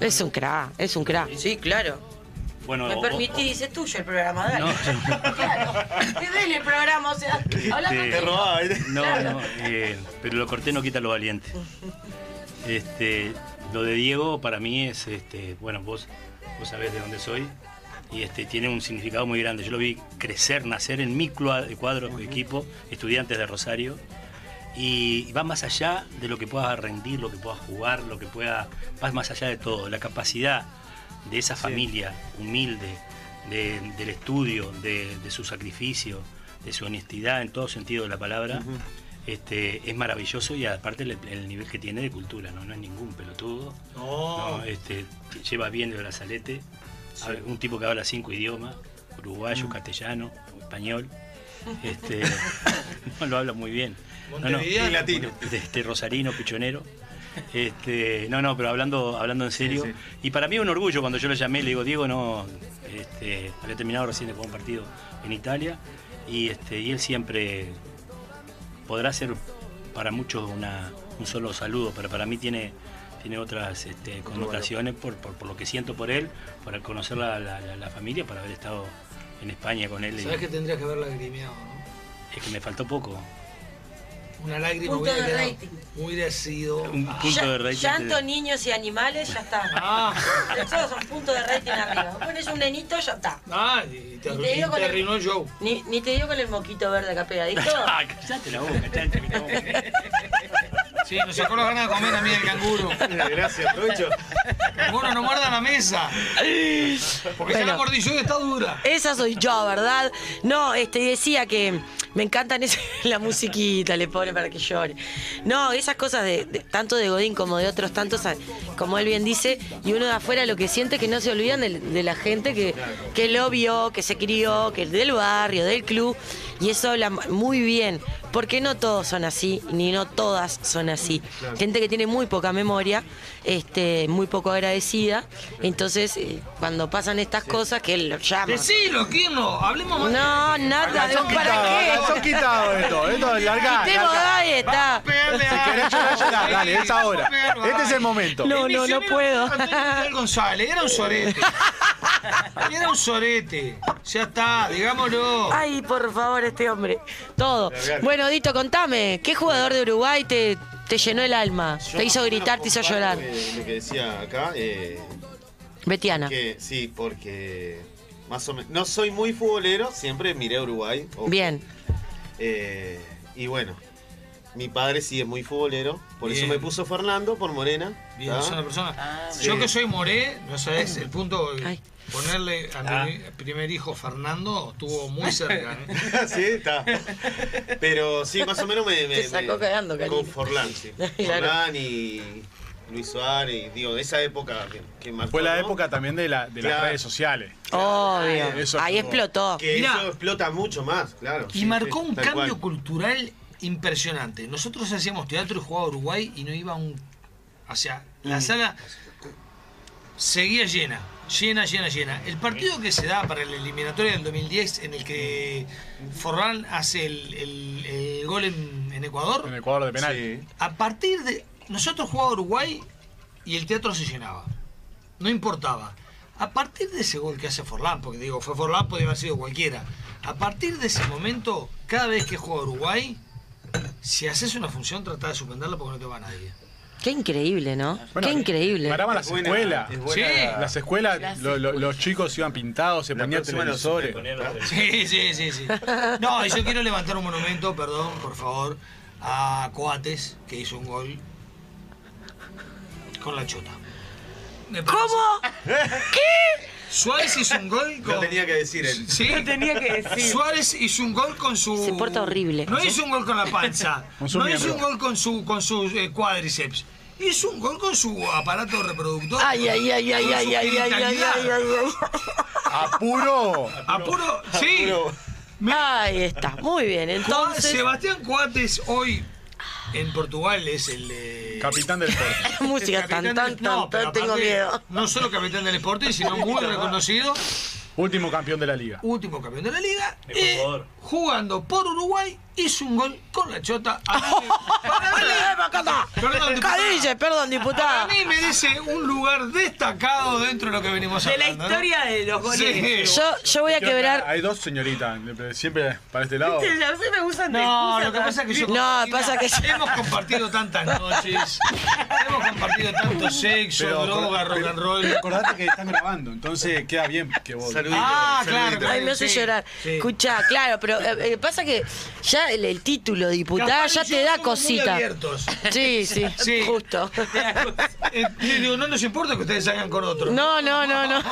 Speaker 1: Es un cra, es un cra. eh. Sí, claro.
Speaker 3: Bueno,
Speaker 1: Me
Speaker 3: o-
Speaker 1: permitís, es tuyo el programa, dale. Claro, dale el programa, o sea, habla
Speaker 3: Este,
Speaker 1: contigo.
Speaker 3: No,
Speaker 1: Claro.
Speaker 3: no, eh, pero lo corté no quita lo valiente. Este, Lo de Diego para mí es, este, bueno, vos, vos sabés de dónde soy y este, tiene un significado muy grande. Yo lo vi crecer, nacer en mi cua- cuadro, equipo, estudiantes de Rosario. Y va más allá de lo que puedas rendir, lo que puedas jugar, lo que pueda. Vas más allá de todo. La capacidad de esa familia humilde, de- del estudio, de, de su sacrificio, de su honestidad en todo sentido de la palabra, este, es maravilloso y aparte el, el nivel que tiene de cultura, no, no es ningún pelotudo.
Speaker 4: No.
Speaker 3: No, este, lleva bien el brazalete.
Speaker 4: Sí. Mm.
Speaker 3: Habla- Un tipo que habla cinco idiomas, uruguayo, castellano, español. Este, no lo habla muy bien. No, no.
Speaker 4: Montevideano. Y latino.
Speaker 3: Este, rosarino, pichonero. Este, no, no, pero hablando, hablando en serio. Y para mí es un orgullo cuando yo lo llamé, le digo, Diego, no, este, había terminado recién de jugar un partido en Italia. Y, este, y él siempre podrá ser para muchos una, un solo saludo, pero para mí tiene, tiene otras este, connotaciones por, por, por lo que siento por él, por conocer la, la- la- la familia, por haber estado en España con él. y-
Speaker 4: Sabes que tendrías que haberla lagrimeado, ¿no?
Speaker 3: Es que me faltó poco.
Speaker 4: Una lágrima
Speaker 1: Punto
Speaker 4: hubiera
Speaker 1: de
Speaker 4: quedado-
Speaker 1: rating.
Speaker 4: Hubiera sido.
Speaker 3: Un punto de rating.
Speaker 1: Llanto, niños y animales, ya está. Esos son puntos de rating arriba. Pones un nenito, ya está.
Speaker 4: Ah, y te,
Speaker 1: Ni
Speaker 4: arru-
Speaker 1: te
Speaker 4: y
Speaker 1: digo
Speaker 4: te
Speaker 1: con el-
Speaker 4: arruinó el show.
Speaker 1: Ni, ni te digo con el moquito verde acá pegadito.
Speaker 3: Ah, cállate la boca, chancho, que estamos-
Speaker 4: Sí, nos sacó las ganas de comer a mí el canguro.
Speaker 6: Gracias, Lucho.
Speaker 4: Canguro, no muerda la mesa. Porque ya la
Speaker 1: Bueno.
Speaker 4: mordillón está dura.
Speaker 1: Esa soy yo, ¿verdad? No, este, y decía que me encantan ese- la musiquita, le pone para que llore. No, esas cosas de, de- tanto de Godín como de otros tantos, a- como él bien dice, y uno de afuera lo que siente es que no se olvidan del- de, la gente que, que lo vio, que se crió, que es del barrio, del club, y eso habla muy bien, porque no todos son así, ni no todas son así.
Speaker 16: Claro.
Speaker 1: Gente que tiene muy poca memoria, este, muy poco agradecida, entonces eh, cuando pasan estas cosas que él lo llama.
Speaker 4: Decilo, ¿quién no? Hablemos más.
Speaker 1: No, nada, de un para qué.
Speaker 5: Son quitados esto, esto, larga.
Speaker 1: Quitemos, ahí está.
Speaker 5: Si querés llorar, llorar. Dale, es ahora. Este es el momento.
Speaker 1: No, no, no puedo.
Speaker 4: Miguel González, era un sorete. Era un sorete. Ya está, digámoslo.
Speaker 1: Ay, por favor, este hombre. Todo. Bueno, Dito, contame, ¿qué jugador de Uruguay te, te llenó el alma?
Speaker 6: Yo
Speaker 1: te hizo
Speaker 6: más o menos
Speaker 1: gritar, te hizo llorar.
Speaker 6: comparto, eh, Lo que decía acá. eh,
Speaker 1: Betiana.
Speaker 6: que- sí, porque más o menos. No soy muy futbolero, siempre miré a Uruguay. o-
Speaker 1: Bien.
Speaker 6: eh, y bueno, mi padre sí es muy futbolero, por eso
Speaker 4: Bien.
Speaker 6: me puso Fernando, por Morena.
Speaker 4: Bien,
Speaker 6: ¿tá?
Speaker 4: es una persona.
Speaker 6: sí.
Speaker 4: Yo que soy moré, no sabes, el punto. de Ponerle a mi primer hijo Fernando estuvo muy cerca. ¿eh?
Speaker 6: sí, está. Pero sí, más o menos me. me
Speaker 1: Te sacó
Speaker 6: me-
Speaker 1: cagando, cariño.
Speaker 6: Con Forlán, sí.
Speaker 1: Claro.
Speaker 6: Forlán y Luis Suárez, y, digo, de esa época que, que marcó,
Speaker 5: Fue la
Speaker 6: ¿no?
Speaker 5: época también de, la, de las
Speaker 6: Claro.
Speaker 5: redes sociales.
Speaker 1: Obvio.
Speaker 5: Eso
Speaker 1: Ahí
Speaker 5: estuvo-
Speaker 1: explotó.
Speaker 6: Que eso explota mucho más, claro.
Speaker 4: Y
Speaker 6: Sí,
Speaker 4: marcó
Speaker 6: sí,
Speaker 4: un
Speaker 6: tal
Speaker 4: cambio
Speaker 6: cual.
Speaker 4: cultural impresionante. Nosotros hacíamos teatro y jugaba Uruguay y no iba un. O sea,
Speaker 6: Mm.
Speaker 4: la sala seguía llena, llena, llena, llena. El partido que se da para la eliminatoria del 2010, en el que
Speaker 6: Mm.
Speaker 4: Forlán hace el, el- el gol en, en Ecuador.
Speaker 5: En Ecuador de penal.
Speaker 4: A partir de. Nosotros jugaba Uruguay y el teatro se llenaba. No importaba. A partir de ese gol que hace Forlán, porque digo, fue Forlán, podría haber sido cualquiera. A partir de ese momento, cada vez que juega Uruguay, si haces una función, trata de suspenderla porque no te va nadie.
Speaker 1: Qué increíble, ¿no? Qué increíble.
Speaker 5: Paraban las escuelas.
Speaker 4: buena Sí. la-
Speaker 5: Las escuelas, lo- lo- los chicos iban pintados, se ponían
Speaker 4: próxima nos
Speaker 5: televisores.
Speaker 4: Sí, sí, sí, sí. No, y yo quiero levantar un monumento, perdón, por favor, a Coates, que hizo un gol con la chota.
Speaker 1: ¿Cómo?
Speaker 4: ¿Qué? Suárez hizo un gol con.
Speaker 6: Lo tenía que decir él.
Speaker 4: Sí.
Speaker 6: Lo tenía que decir.
Speaker 4: Suárez hizo un gol con su.
Speaker 1: Se porta horrible.
Speaker 4: No hizo un gol con la panza.
Speaker 1: Con su
Speaker 4: no
Speaker 1: miembro.
Speaker 4: hizo un gol con su con sus eh, cuádriceps. Hizo un gol con su aparato reproductor.
Speaker 1: Ay, ay, ay, ay,
Speaker 4: con
Speaker 1: ay,
Speaker 4: su
Speaker 1: ay, ay, ay, ay,
Speaker 4: genitalidad.
Speaker 1: ay, ay.
Speaker 5: Apuro.
Speaker 4: Apuro, sí.
Speaker 1: Ahí está. Muy bien, entonces.
Speaker 4: Sebastián Coates hoy en Portugal es el eh,
Speaker 5: capitán del deporte.
Speaker 1: Música, tan, tan, tan, tan, tengo miedo.
Speaker 4: No solo capitán del deporte, sino muy reconocido.
Speaker 5: Último campeón de la liga.
Speaker 4: Último campeón de la liga. y jugando por Uruguay, hizo un gol con la chota. A mí me- para mí- Perdón, diputada.
Speaker 1: Cadille, perdón, diputada.
Speaker 4: Para mí merece un lugar destacado dentro de lo que venimos
Speaker 2: De la
Speaker 4: hablando. ¿no?
Speaker 2: historia de los goles.
Speaker 1: Yo, yo voy a
Speaker 7: Creo que
Speaker 1: quebrar.
Speaker 7: Hay dos señoritas, siempre para este lado.
Speaker 2: Viste, ya sé, me gustan de
Speaker 4: No,
Speaker 2: excusa
Speaker 4: lo que
Speaker 2: para-
Speaker 4: pasa es que yo.
Speaker 1: No, pasa que yo-
Speaker 4: Hemos compartido tantas noches, hemos compartido tanto sexo, droga,
Speaker 7: acordate-
Speaker 4: rock and roll.
Speaker 7: pero Acordate que están grabando, entonces queda bien que vos.
Speaker 4: Ah, claro, claro.
Speaker 1: Ay, me hace
Speaker 4: sí,
Speaker 1: llorar.
Speaker 4: sí.
Speaker 1: Escuchá, claro, pero eh, eh, pasa que ya el, el título, diputada,
Speaker 4: Capaz
Speaker 1: ya
Speaker 4: que yo
Speaker 1: te da
Speaker 4: somos muy
Speaker 1: cosita.
Speaker 4: abiertos.
Speaker 1: Sí, sí,
Speaker 4: Sí.
Speaker 1: justo.
Speaker 4: Eh, yo digo, no nos importa que ustedes salgan con otro.
Speaker 1: No, no, no, no.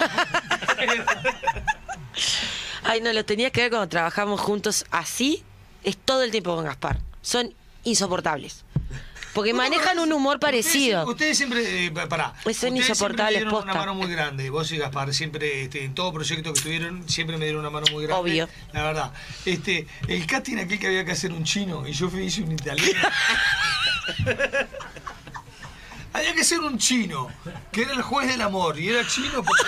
Speaker 1: Ay, no, lo tenías que ver cuando trabajamos juntos así, es todo el tiempo con Gaspar. Son insoportables. Porque manejan un humor
Speaker 4: Ustedes,
Speaker 1: parecido.
Speaker 4: ustedes siempre, eh, pa- pará.
Speaker 1: Pues son
Speaker 4: Ustedes siempre me
Speaker 1: insoportables,
Speaker 4: dieron una
Speaker 1: posta.
Speaker 4: mano muy grande. Vos y Gaspar, siempre, este, en todo proyecto que tuvieron, siempre me dieron una mano muy grande.
Speaker 1: Obvio.
Speaker 4: La verdad. Este, el casting aquí que había que hacer un chino y yo fui hice un italiano. había que ser un chino, que era el juez del amor, y era chino porque.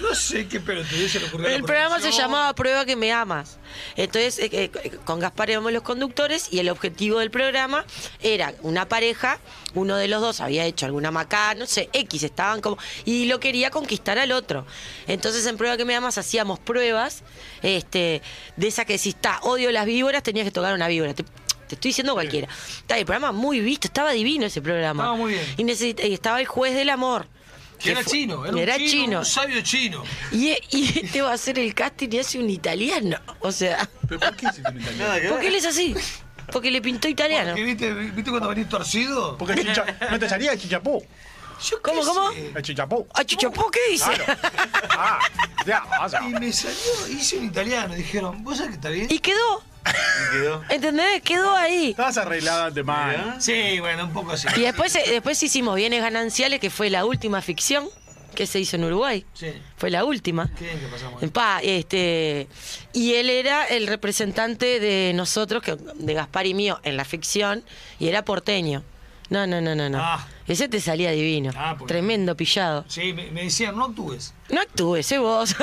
Speaker 4: No sé qué pelotudez se le ocurrió. a la
Speaker 1: El programa se
Speaker 4: producción.
Speaker 1: llamaba Prueba que me amas. Entonces, eh, eh, con Gaspar éramos los conductores y el objetivo del programa era una pareja, uno de los dos había hecho alguna macá, no sé, X, estaban como... Y lo quería conquistar al otro. Entonces, en Prueba que me amas hacíamos pruebas este, de esa que si está, odio las víboras, tenías que tocar una víbora. Te, te estoy diciendo cualquiera. Está, el programa muy visto, estaba divino ese programa.
Speaker 4: Estaba muy bien.
Speaker 1: Y, necesit- y estaba el juez del amor.
Speaker 4: Que era
Speaker 1: fue-
Speaker 4: chino, era, un chino, un sabio chino.
Speaker 1: y, y este va a hacer el casting y hace un italiano. O sea,
Speaker 7: ¿Pero por qué hiciste un italiano?
Speaker 6: Nada que
Speaker 1: ¿por qué
Speaker 6: ver.
Speaker 1: él es así? Porque le pintó italiano.
Speaker 4: Porque, ¿viste, ¿Viste cuando venís torcido?
Speaker 7: Porque chicha- no te salía el chichapú.
Speaker 4: Yo
Speaker 1: ¿Cómo,
Speaker 4: qué
Speaker 1: cómo?
Speaker 4: sé.
Speaker 7: El chichapú.
Speaker 1: ¿A Chuchapó qué dice?
Speaker 7: Claro. Ah, ya, o sea,
Speaker 4: Y me salió, hice un italiano. Dijeron, ¿vos sabés que está bien?
Speaker 1: Y quedó,
Speaker 6: Y quedó.
Speaker 1: ¿entendés? Quedó ahí.
Speaker 7: Estabas arreglada de mal.
Speaker 4: Sí, bueno, un poco así.
Speaker 1: Y después, eh, después hicimos Bienes Gananciales, que fue la última ficción que se hizo en Uruguay.
Speaker 4: Sí.
Speaker 1: Fue la última.
Speaker 4: ¿Qué bien que pasamos?
Speaker 1: Pa, este, y él era el representante de nosotros, que, de Gaspar y mío, en la ficción, y era porteño. No, no, no, no, no.
Speaker 4: Ah.
Speaker 1: Ese te salía divino.
Speaker 4: Ah, porque-
Speaker 1: Tremendo pillado.
Speaker 4: Sí, me, me decían, no actúes.
Speaker 1: No actúes, ¿eh, vos.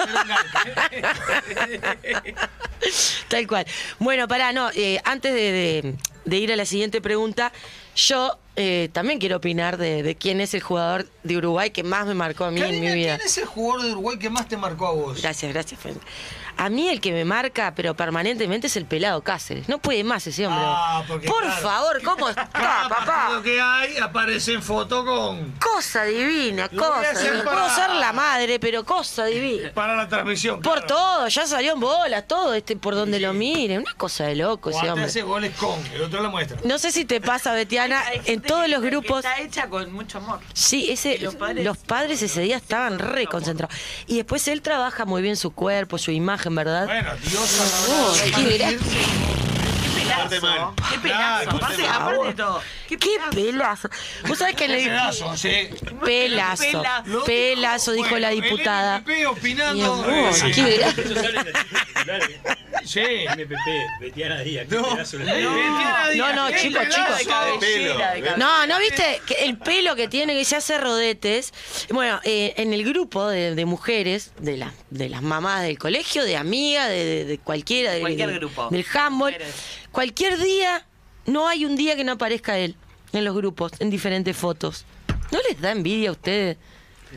Speaker 1: Tal cual. Bueno, pará, no, eh, antes de, de- de ir a la siguiente pregunta, yo eh, también quiero opinar de, de quién es el jugador de Uruguay que más me marcó a mí en mi
Speaker 4: Karina,
Speaker 1: vida.
Speaker 4: ¿quién es el jugador de Uruguay que más te marcó a vos?
Speaker 1: Gracias, gracias. Fer. A mí el que me marca, pero permanentemente, es el pelado Cáceres. No puede más ese hombre.
Speaker 4: Ah, porque,
Speaker 1: Por
Speaker 4: claro.
Speaker 1: favor, ¿cómo está,
Speaker 4: Cada
Speaker 1: papá?
Speaker 4: partido que hay aparece en foto con...
Speaker 1: Cosa divina,
Speaker 4: Lo voy a
Speaker 1: cosa.
Speaker 4: hacer
Speaker 1: divina.
Speaker 4: para-
Speaker 1: Puedo ser la madre, pero cosa divina.
Speaker 4: Para la transmisión.
Speaker 1: Por
Speaker 4: claro.
Speaker 1: todo, ya salió en bolas, todo, este, por donde lo mire, una cosa de loco
Speaker 4: O
Speaker 1: ese
Speaker 4: antes
Speaker 1: pues, hombre.
Speaker 4: hace goles con, el otro la muestra.
Speaker 1: No sé si te pasa, Betiana,
Speaker 2: Hay gente
Speaker 1: en todos
Speaker 2: que-
Speaker 1: los
Speaker 2: que
Speaker 1: grupos.
Speaker 2: Está hecha con mucho amor.
Speaker 1: Sí, ese,
Speaker 2: Y los padres-
Speaker 1: los padres ese día estaban re concentrados. Y después él trabaja muy bien su cuerpo, su imagen, ¿verdad?
Speaker 4: Bueno, Dios
Speaker 1: Oh, qué
Speaker 4: sabrá.
Speaker 2: Qué
Speaker 6: Parte mal.
Speaker 2: pelazo. Qué pelazo.
Speaker 6: Claro,
Speaker 2: aparte,
Speaker 6: por
Speaker 2: aparte de todo. Qué
Speaker 1: ¡Qué
Speaker 2: pelazo.
Speaker 1: pelazo! Vos sabés que en el-
Speaker 4: Pedazo, sí.
Speaker 1: Pelazo,
Speaker 2: Pelazo.
Speaker 1: pelazo, dijo la
Speaker 4: Bueno, el
Speaker 1: diputada.
Speaker 4: NPP opinando.
Speaker 1: Dios,
Speaker 4: Sí.
Speaker 1: qué bra-
Speaker 12: Eso sale en la
Speaker 4: Sí.
Speaker 12: MPP, Betiana Díaz, qué
Speaker 4: No.
Speaker 12: pedazo de
Speaker 4: Betiana Díaz,
Speaker 1: no,
Speaker 4: qué
Speaker 1: chicos,
Speaker 4: pedazo
Speaker 1: chicos.
Speaker 2: De cabellera, de
Speaker 6: Pelo.
Speaker 2: cabellera.
Speaker 1: No, ¿no viste? Que el pelo que tiene, que se hace rodetes. Bueno, eh, en el grupo de, de mujeres, de, la- de las mamás del colegio, de amigas, de, de- de cualquiera, del-
Speaker 2: Cualquier
Speaker 1: del-
Speaker 2: grupo.
Speaker 1: del handball,
Speaker 2: Mujeres.
Speaker 1: cualquier día, no hay un día que no aparezca él en los grupos, en diferentes fotos. ¿No les da envidia a ustedes?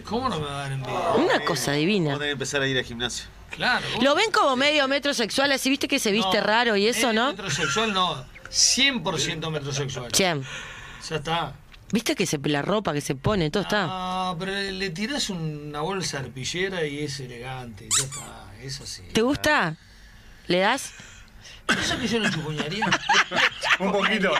Speaker 4: ¿Cómo no me va a dar envidia?
Speaker 1: Una cosa divina.
Speaker 6: Vos tenés que empezar a ir al gimnasio.
Speaker 4: Claro.
Speaker 1: Lo ven como medio metrosexual, así viste que se viste raro y eso, ¿no?
Speaker 4: Eh, Metrosexual no. 100% metrosexual.
Speaker 1: Che,
Speaker 4: Ya está.
Speaker 1: viste que se, la ropa que se pone, todo está.
Speaker 4: Ah, pero le tirás una bolsa arpillera y es elegante. Ya está. Es así.
Speaker 1: ¿Te gusta? ¿Le das?
Speaker 4: ¿No sabes que yo no chupoñaría?
Speaker 7: Un poquito.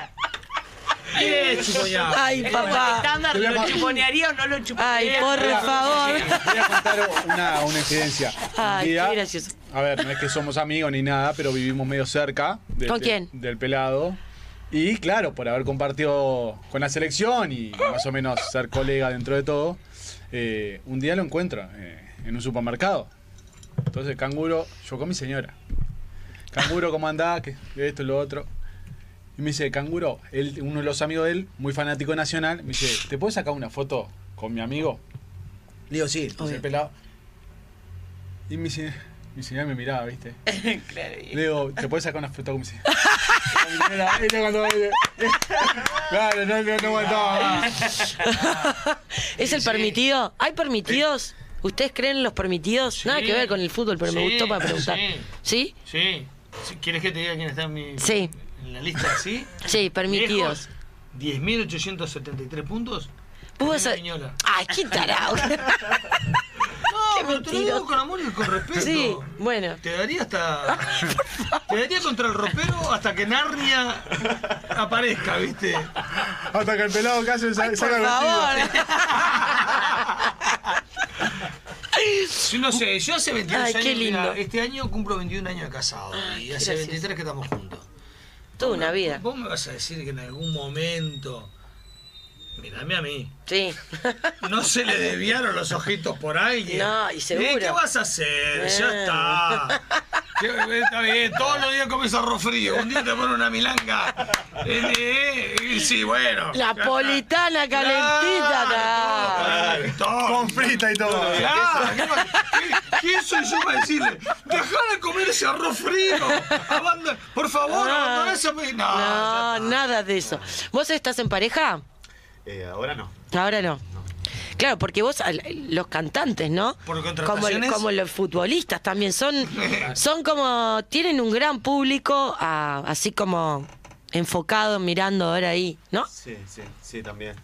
Speaker 4: Bien, chupoñado.
Speaker 1: Ay,
Speaker 2: Es como el
Speaker 1: papá.
Speaker 2: estándar,
Speaker 7: Te voy a-
Speaker 2: ¿lo chuponearía o no lo chuponearía?
Speaker 1: Ay, por favor.
Speaker 7: Voy a contar una, una incidencia. Un
Speaker 1: Ay, qué
Speaker 7: día-
Speaker 1: gracioso.
Speaker 7: A ver, no es que somos amigos ni nada, pero vivimos medio cerca. de-
Speaker 1: ¿Con
Speaker 7: de-
Speaker 1: quién?
Speaker 7: Del pelado. Y claro, por haber compartido con la selección y más o menos ser colega dentro de todo, eh, un día lo encuentro eh, en un supermercado. Entonces, canguro, yo con mi señora. Canguro, ¿cómo andás? ¿Qué- Esto, lo otro. Y me dice, canguro, él, uno de los amigos de él, muy fanático de nacional, me dice, ¿te puedes sacar una foto con mi amigo? Le digo, sí, entonces el pelado. Y me dice, Mi señora me miraba, ¿viste?
Speaker 2: claro. y-
Speaker 7: Le digo, ¿te puedes sacar una fruta como si? Era- era cuando- Claro, no, no, no aguantaba.
Speaker 1: ¿Es el permitido? ¿Hay permitidos? ¿Ustedes creen en los permitidos? Nada que ver con el fútbol, pero me
Speaker 4: Sí,
Speaker 1: gustó para preguntar.
Speaker 4: sí.
Speaker 1: ¿Sí?
Speaker 4: Sí. Si ¿Quieres que te diga quién está en, mi,
Speaker 1: Sí.
Speaker 4: en la lista? Sí.
Speaker 1: Sí, permitidos.
Speaker 4: Lejos, 10.873 puntos.
Speaker 1: Pudo
Speaker 4: Daniel
Speaker 1: ser-
Speaker 4: Viñola.
Speaker 1: Ay, qué tarado.
Speaker 4: No, pero te lo digo con amor y con respeto.
Speaker 1: Sí, bueno.
Speaker 4: Te daría hasta. te daría contra el ropero hasta que Narnia aparezca, ¿viste?
Speaker 7: Hasta que el pelado que hace sa- saca el vestido.
Speaker 4: Yo no sé, yo hace 22
Speaker 1: Ay,
Speaker 4: años.
Speaker 1: qué
Speaker 4: mira,
Speaker 1: lindo.
Speaker 4: este año cumplo 21 años de casado. y
Speaker 1: qué
Speaker 4: hace
Speaker 1: gracioso.
Speaker 4: 23 que estamos juntos.
Speaker 1: Toda una vida.
Speaker 4: Vos me vas a decir que en algún momento. Mirame a mí.
Speaker 1: Sí.
Speaker 4: No se le desviaron los ojitos por alguien.
Speaker 1: No, y
Speaker 4: Eh,
Speaker 1: seguro.
Speaker 4: ¿Qué vas a hacer?
Speaker 1: Eh.
Speaker 4: Ya está. Que- Está bien, todos los días comes arroz frío. Un día te ponen una milanga. Eh, eh, eh, sí, bueno.
Speaker 1: La
Speaker 4: Ya
Speaker 1: politana calentita. ta.
Speaker 4: Con frita y todo. ¿Quién soy yo para decirle? Dejá de comer ese arroz frío. Abanda- por favor, abandoná esa... pe-". No,
Speaker 1: Ah. No, nada de eso. ¿Vos estás en pareja?
Speaker 6: Eh, ahora no.
Speaker 1: Ahora no. Claro, porque vos, al- los cantantes, ¿no?
Speaker 6: Por
Speaker 1: como, el-
Speaker 6: contrataciones.
Speaker 1: como los futbolistas también, son, son como, tienen un gran público ah, así como enfocado, mirando ahora ahí, ¿no?
Speaker 6: Sí, sí, sí, también.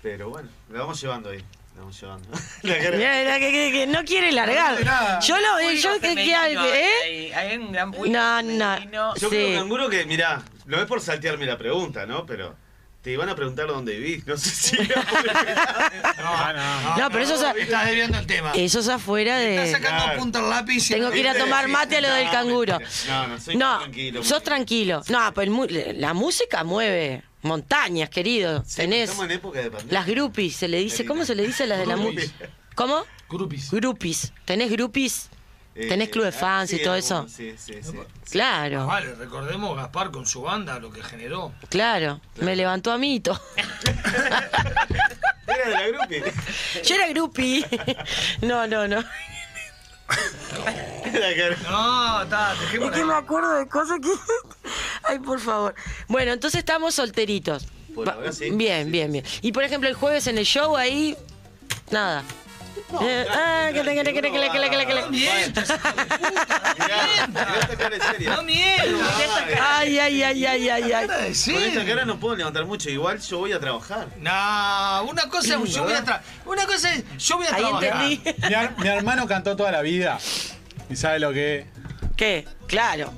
Speaker 6: Pero bueno, la vamos llevando ahí. La vamos llevando.
Speaker 1: Mirá, mirá, que, que- que no quiere largar. yo lo,
Speaker 2: Público
Speaker 1: yo que, que
Speaker 2: femenino,
Speaker 1: ¿eh?
Speaker 2: hay, hay un gran público
Speaker 1: No, no.
Speaker 2: femenino.
Speaker 6: Yo creo,
Speaker 1: Sí.
Speaker 6: canguro, que, mirá, no es por saltearme la pregunta, ¿no? Pero te iban a preguntar dónde vivís. No sé si.
Speaker 4: no,
Speaker 1: No, pero eso es a- Eh,
Speaker 4: Estás desviando el tema.
Speaker 1: Eso es afuera de.
Speaker 4: Estás sacando a punta el lápiz. y-
Speaker 1: Tengo que ir a tomar mate a lo del
Speaker 4: No,
Speaker 1: canguro.
Speaker 6: mentira. No, no, soy tranquilo,
Speaker 1: Sos tranquilo. No, pero el mu- la música mueve montañas, querido. Tenés
Speaker 6: Estamos en época de pandemia.
Speaker 1: las groupies, se le dice. ¿Cómo se le dice a las de la
Speaker 6: Groupies.
Speaker 1: música? ¿Cómo? Groupies. Groupies. ¿Tenés groupies? ¿Tenés club de fans y todo eso?
Speaker 6: ah, Sí, sí, Eh, sí.
Speaker 1: Claro,
Speaker 4: Vale, recordemos Gaspar con su banda, lo que generó.
Speaker 1: claro. Me levantó a mito.
Speaker 6: Era de la grupi.
Speaker 1: Yo era groupie. No, no, no.
Speaker 4: No, está,
Speaker 1: Es que me acuerdo de cosas que. Ay, por favor. Bueno, entonces estamos solteritos.
Speaker 6: Por
Speaker 1: Va-
Speaker 6: ahora sí.
Speaker 1: Bien, bien, bien. Y por ejemplo, el jueves en el show ahí. Nada. Eh, ah, que te- que te- que te- que le- que le- que le- que le-
Speaker 6: Mirá esta cara en serio.
Speaker 4: No mientas.
Speaker 1: Ay, ay, ay, ay, ay, ay.
Speaker 6: Con esta cara no puedo levantar mucho. Igual yo voy a trabajar.
Speaker 4: No, una cosa es yo voy
Speaker 6: ¿eh?
Speaker 4: a tra- Una cosa es yo voy a
Speaker 1: Ahí
Speaker 4: trabajar.
Speaker 1: entendí.
Speaker 7: Mi, her- mi hermano cantó toda la vida. ¿Y sabe lo que es?
Speaker 1: ¿Qué? Claro.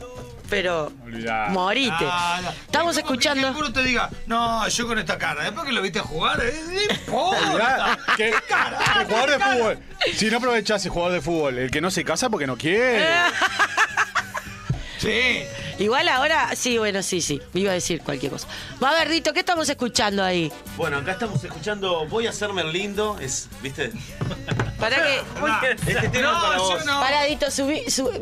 Speaker 1: Pero.
Speaker 7: Olvidá.
Speaker 1: Morite.
Speaker 4: Ah, no.
Speaker 1: Estamos
Speaker 4: Es como que
Speaker 1: escuchando.
Speaker 4: el canguro te diga, no, yo con esta cara. Después que lo viste jugar, eh, no importa.
Speaker 7: Olvidá. Que, que jugador de fútbol. Si no aprovechás el jugador de fútbol, el que no se casa porque no quiere.
Speaker 2: Eh.
Speaker 4: Sí.
Speaker 1: Igual ahora. Sí, bueno, sí, sí. Iba a decir cualquier cosa. Va, Berdito, ¿qué estamos escuchando ahí?
Speaker 6: Bueno, acá estamos escuchando Voy a hacerme el lindo. Es, ¿viste?
Speaker 1: Para que.
Speaker 6: Este tema es para
Speaker 4: yo
Speaker 6: vos.
Speaker 4: no.
Speaker 1: Paradito, subí, sub-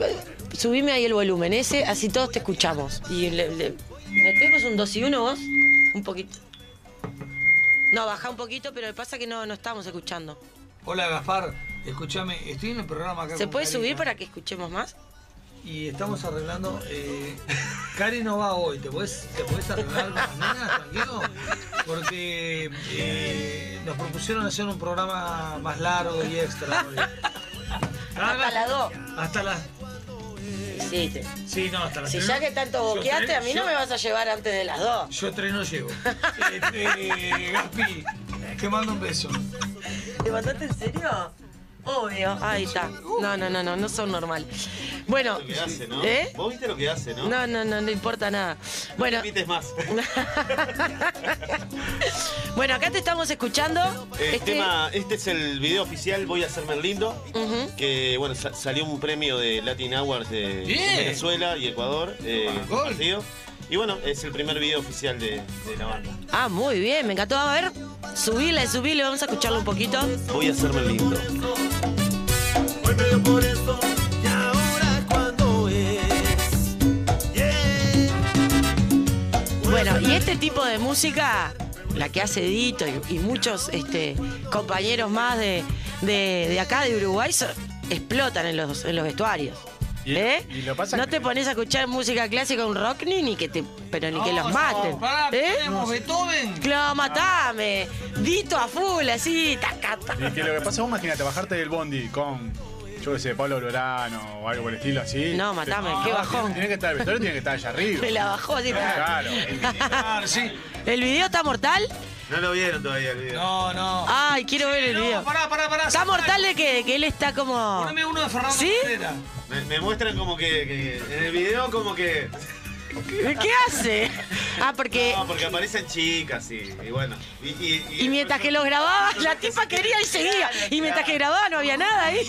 Speaker 1: subime ahí el volumen ese, así todos te escuchamos. Y le, le- metemos un 2 y 1 vos, un poquito. No, baja un poquito, pero pasa que no, no estamos escuchando.
Speaker 4: Hola, Gaspar. Escúchame, estoy en el programa acá.
Speaker 1: ¿Se
Speaker 4: con
Speaker 1: puede
Speaker 4: Karina
Speaker 1: subir para que escuchemos más?
Speaker 4: Y estamos arreglando. Eh, Cari no va hoy. ¿Te podés, te podés arreglar con las nenas, tranquilo? Porque eh, nos propusieron hacer un programa más largo y extra. hoy.
Speaker 1: Hasta las dos.
Speaker 4: Hasta las.
Speaker 1: Sí, te-
Speaker 4: Sí, no, hasta las
Speaker 1: Si
Speaker 4: tres
Speaker 1: ya
Speaker 4: no-
Speaker 1: que tanto
Speaker 4: yo
Speaker 1: boqueaste,
Speaker 4: tres-
Speaker 1: a mí no
Speaker 4: yo-
Speaker 1: me vas a llevar antes de las dos.
Speaker 4: Yo tres no llego. Eh, eh, Gaspi, te mando un beso.
Speaker 1: ¿Te mandaste en serio? Obvio. Ahí está. No, no, no, no, no son normales. Bueno.
Speaker 6: Lo que hace, ¿no?
Speaker 1: ¿Eh?
Speaker 6: Vos viste lo que hace, ¿no?
Speaker 1: No, no, no, no importa nada. Bueno,
Speaker 6: Repites más.
Speaker 1: bueno, acá te estamos escuchando.
Speaker 6: El
Speaker 1: Este-
Speaker 6: tema, este es el video oficial, voy a hacerme el lindo,
Speaker 1: Ujú.
Speaker 6: que bueno, sa- salió un premio de Latin Awards de
Speaker 4: Bien.
Speaker 6: Venezuela y Ecuador, eh,
Speaker 4: Gol.
Speaker 6: partido. Y bueno, es el primer video oficial de, de la banda.
Speaker 1: Ah, muy bien, me encantó. A ver, subile, subile, vamos a escucharlo un poquito.
Speaker 6: Voy a hacerme el lindo.
Speaker 16: Y ahora cuando es
Speaker 1: Bueno, y este tipo de música, la que hace Dito y, y muchos este, compañeros más de, de- de acá, de Uruguay, so- explotan en los, en los vestuarios. ¿Eh?
Speaker 5: y lo pasa
Speaker 1: no
Speaker 5: que-
Speaker 1: te pones a escuchar música clásica, un rock ni, ni que te, pero ni que los maten.
Speaker 4: pará,
Speaker 1: ¿Eh?
Speaker 4: tenemos Beethoven.
Speaker 1: Claro, matame. Dito a full, así, taca, taca.
Speaker 7: Y que lo que pasa, vos imagínate, bajarte del bondi con, yo qué sé, Pablo Lorano o algo por el estilo así.
Speaker 1: No, matame,
Speaker 7: Te-
Speaker 1: qué
Speaker 7: no,
Speaker 1: bajón.
Speaker 7: Tiene, tiene que estar el vestuario, tiene que estar allá arriba.
Speaker 1: Me la bajó así.
Speaker 7: Claro.
Speaker 4: Ah,
Speaker 1: ¿El video está mortal?
Speaker 6: No lo vieron todavía el video.
Speaker 4: No, no.
Speaker 1: Ay, quiero ver el video.
Speaker 4: Pará, pará, pará.
Speaker 1: Ah, ¿Está mortal de qué? De que él está como.
Speaker 4: Poneme uno de Fernando
Speaker 1: ¿Sí?
Speaker 4: Cabrera.
Speaker 6: Me, me muestran como que, que- En el video, como que.
Speaker 1: ¿Qué hace? Ah, porque.
Speaker 6: No, porque aparecen chicas y, y bueno. Y, y- y-
Speaker 1: Y mientras que lo grababa, la tipa quería y seguía. Y mientras que grababa no había nada ahí.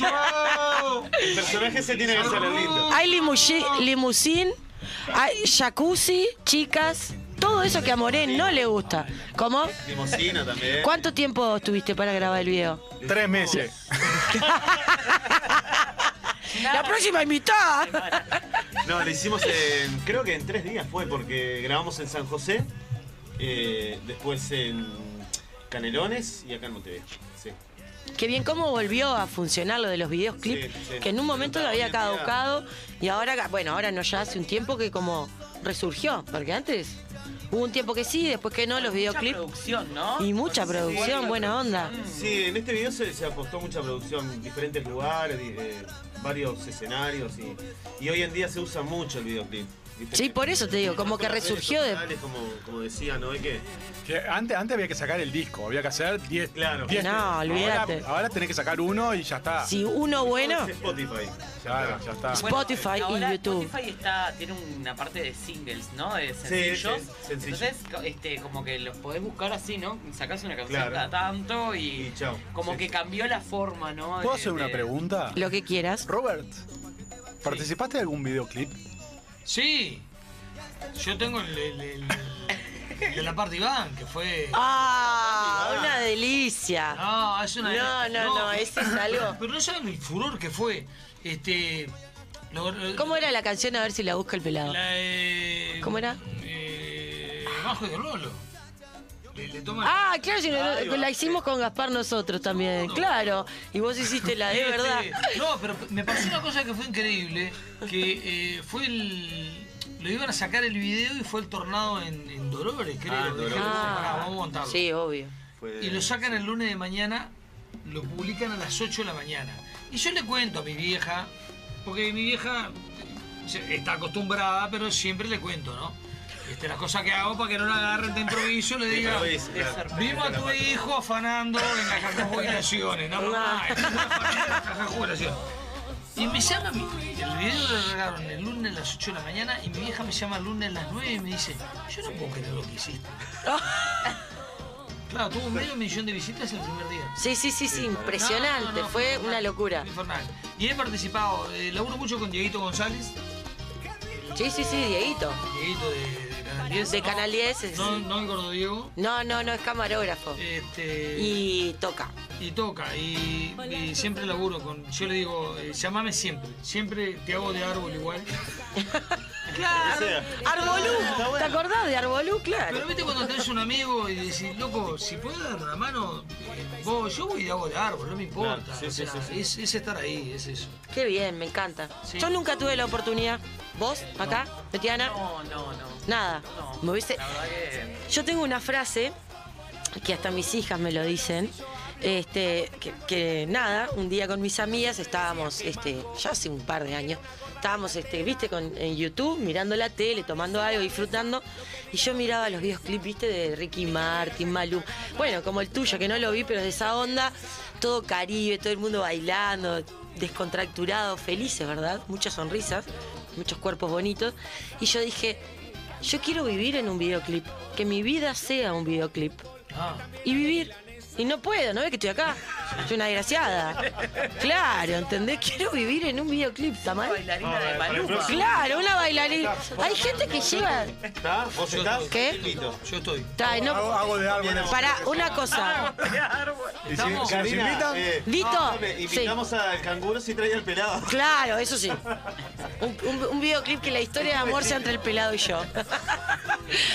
Speaker 6: el personaje se tiene que hacer el lindo.
Speaker 1: Hay limusi- limusín, hay jacuzzi, chicas, todo eso que a Morén no le gusta. ¿Cómo?
Speaker 6: Limosina también.
Speaker 1: ¿Cuánto tiempo estuviste para grabar el video?
Speaker 7: Tres meses.
Speaker 1: La próxima invitada.
Speaker 6: No, lo hicimos en. Creo que en tres días fue, porque grabamos en San José, eh, después en Canelones y acá en Montevideo. Sí.
Speaker 1: Qué bien cómo volvió a funcionar lo de los videoclips,
Speaker 6: Sí, sí.
Speaker 1: que en un momento había
Speaker 6: Protagonista.
Speaker 1: caducado y ahora, bueno, ahora no, ya hace un tiempo que como resurgió, porque antes hubo un tiempo que sí, después que no, los videoclips.
Speaker 2: producción, ¿no?
Speaker 1: Y mucha
Speaker 6: Sí,
Speaker 1: producción,
Speaker 6: sí.
Speaker 1: buena onda.
Speaker 6: Sí, en este video se, se apostó mucha producción, diferentes lugares, di- eh, varios escenarios y, y hoy en día se usa mucho el videoclip.
Speaker 1: Sí, por eso te digo, como que resurgió de...
Speaker 6: Sociales, como, como decía, ¿no? Hay que
Speaker 7: Que antes, antes había que sacar el disco, había que hacer 10.
Speaker 6: Claro.
Speaker 1: No, olvídate.
Speaker 7: Ahora, ahora tenés que sacar uno y ya
Speaker 4: Ah.
Speaker 7: está.
Speaker 1: Si uno bueno,
Speaker 6: Spotify.
Speaker 7: Claro, ya
Speaker 5: Ah.
Speaker 7: está.
Speaker 2: Bueno,
Speaker 1: Spotify
Speaker 2: ahora
Speaker 1: y YouTube.
Speaker 2: Spotify está, tiene una parte de singles, ¿no? De sencillos. Entonces, co- este, como que los podés buscar así, ¿no? Sacás una canción
Speaker 7: Claro.
Speaker 2: cada tanto y, como que cambió la forma, ¿no?
Speaker 7: ¿Puedo
Speaker 2: De-
Speaker 7: hacer una
Speaker 2: de-
Speaker 7: pregunta?
Speaker 1: Lo que quieras.
Speaker 7: Robert, ¿participaste de algún videoclip?
Speaker 4: Sí. Yo tengo el, el- el- el de la parte Iván, que fue.
Speaker 1: Ah, una delicia.
Speaker 4: No, es una
Speaker 1: No, no, no, ese es algo.
Speaker 4: Pero no saben el furor que fue. Este. lo- lo-
Speaker 1: ¿Cómo era la canción? A ver si la busca el pelado.
Speaker 4: La, eh,
Speaker 1: ¿Cómo era?
Speaker 4: eh, Bajo de Lolo. Le, le toma-
Speaker 1: Ah, claro, si no-
Speaker 4: Ahí va.
Speaker 1: la hicimos con Gaspar nosotros también, claro. Y vos hiciste la de
Speaker 4: Este,
Speaker 1: verdad.
Speaker 4: No, pero me pasó una cosa que fue increíble, que eh, fue el... Lo iban a sacar el video y fue el tornado en, en Dolores, creo.
Speaker 1: Ah,
Speaker 4: Dije,
Speaker 1: Dolores.
Speaker 4: "Pará, vamos a montarlo".
Speaker 1: Sí, obvio.
Speaker 4: Y lo sacan el lunes de mañana, lo publican a las 8 de la mañana. Y yo le cuento a mi vieja, porque mi vieja eh, se- está acostumbrada, pero siempre le cuento, ¿no? Este, las cosas que hago para que no la agarren de improviso, le
Speaker 6: De
Speaker 4: diga,
Speaker 6: improviso, claro.
Speaker 4: vimos a tu hijo afanando en las cacajuelaciones, no Ah, mamá, estuvo afanando en las cacajuelaciones. Y me llama, mi, el video lo regalaron el lunes a las 8 de la mañana y mi vieja me llama el lunes a las 9 y me dice, yo no puedo creer lo que hiciste. claro, tuvo medio millón de visitas el primer día.
Speaker 1: Sí, sí, sí, sí, impresionante.
Speaker 4: No, no, no,
Speaker 1: Fue
Speaker 4: infernal,
Speaker 1: una locura.
Speaker 4: infernal. Y he participado, eh, laburo mucho con Dieguito González,
Speaker 1: Sí, sí, sí, Dieguito.
Speaker 4: Dieguito de, de Canal 10.
Speaker 1: De Canal 10, sí.
Speaker 4: No, no el gordo Diego.
Speaker 1: No, no, no, es camarógrafo.
Speaker 4: Este,
Speaker 1: Y toca.
Speaker 4: y toca y, y siempre laburo con yo le digo eh, llámame siempre siempre te hago de árbol igual
Speaker 1: Claro. Arbolú. ¿Te acordás de Arbolú? Claro.
Speaker 4: pero viste cuando tenés un amigo y decís loco si puedes dar una mano eh, vos yo voy y hago de árbol no me importa
Speaker 6: Claro, sí,
Speaker 4: O
Speaker 6: sí,
Speaker 4: sea,
Speaker 6: sí, sí.
Speaker 4: Es, es estar ahí es eso
Speaker 1: Qué bien, me encanta. Yo nunca tuve la oportunidad. ¿Vos? ¿Acá? ¿Betiana?
Speaker 2: No, no, no.
Speaker 1: Nada. Me hubiese-
Speaker 2: La verdad que.
Speaker 1: Yo tengo una frase que hasta mis hijas me lo dicen. Este, que, que nada, un día con mis amigas estábamos, este, ya hace un par de años, estábamos, este, viste, con, en YouTube, mirando la tele, tomando algo, disfrutando, y yo miraba los videoclips, viste, de Ricky Martin, Malú, bueno, como el tuyo, que no lo vi, pero de esa onda, todo Caribe, todo el mundo bailando, descontracturado, felices, ¿verdad? Muchas sonrisas, muchos cuerpos bonitos, y yo dije, yo quiero vivir en un videoclip, que mi vida sea un videoclip. Y vivir. Y no puedo, ¿no ves que estoy acá? Soy una desgraciada. Claro, ¿entendés? Quiero vivir en un videoclip, ¿está mal?
Speaker 2: Bailarina de Maluma.
Speaker 1: Claro, una bailarina. Hay gente que lleva...
Speaker 6: ¿Está? ¿Vos estás?
Speaker 1: ¿Qué?
Speaker 4: yo estoy
Speaker 1: Trae, no...
Speaker 7: Hago, hago de árbol.
Speaker 1: Para, una cosa.
Speaker 6: Y si-
Speaker 1: Estamos-
Speaker 6: si nos
Speaker 1: Karina,
Speaker 6: invitan,
Speaker 1: eh, Dito,
Speaker 6: no, hombre, invitamos al canguro si trae al pelado.
Speaker 1: Claro, eso sí. Un, un- un videoclip que la historia de amor sea entre el pelado y yo.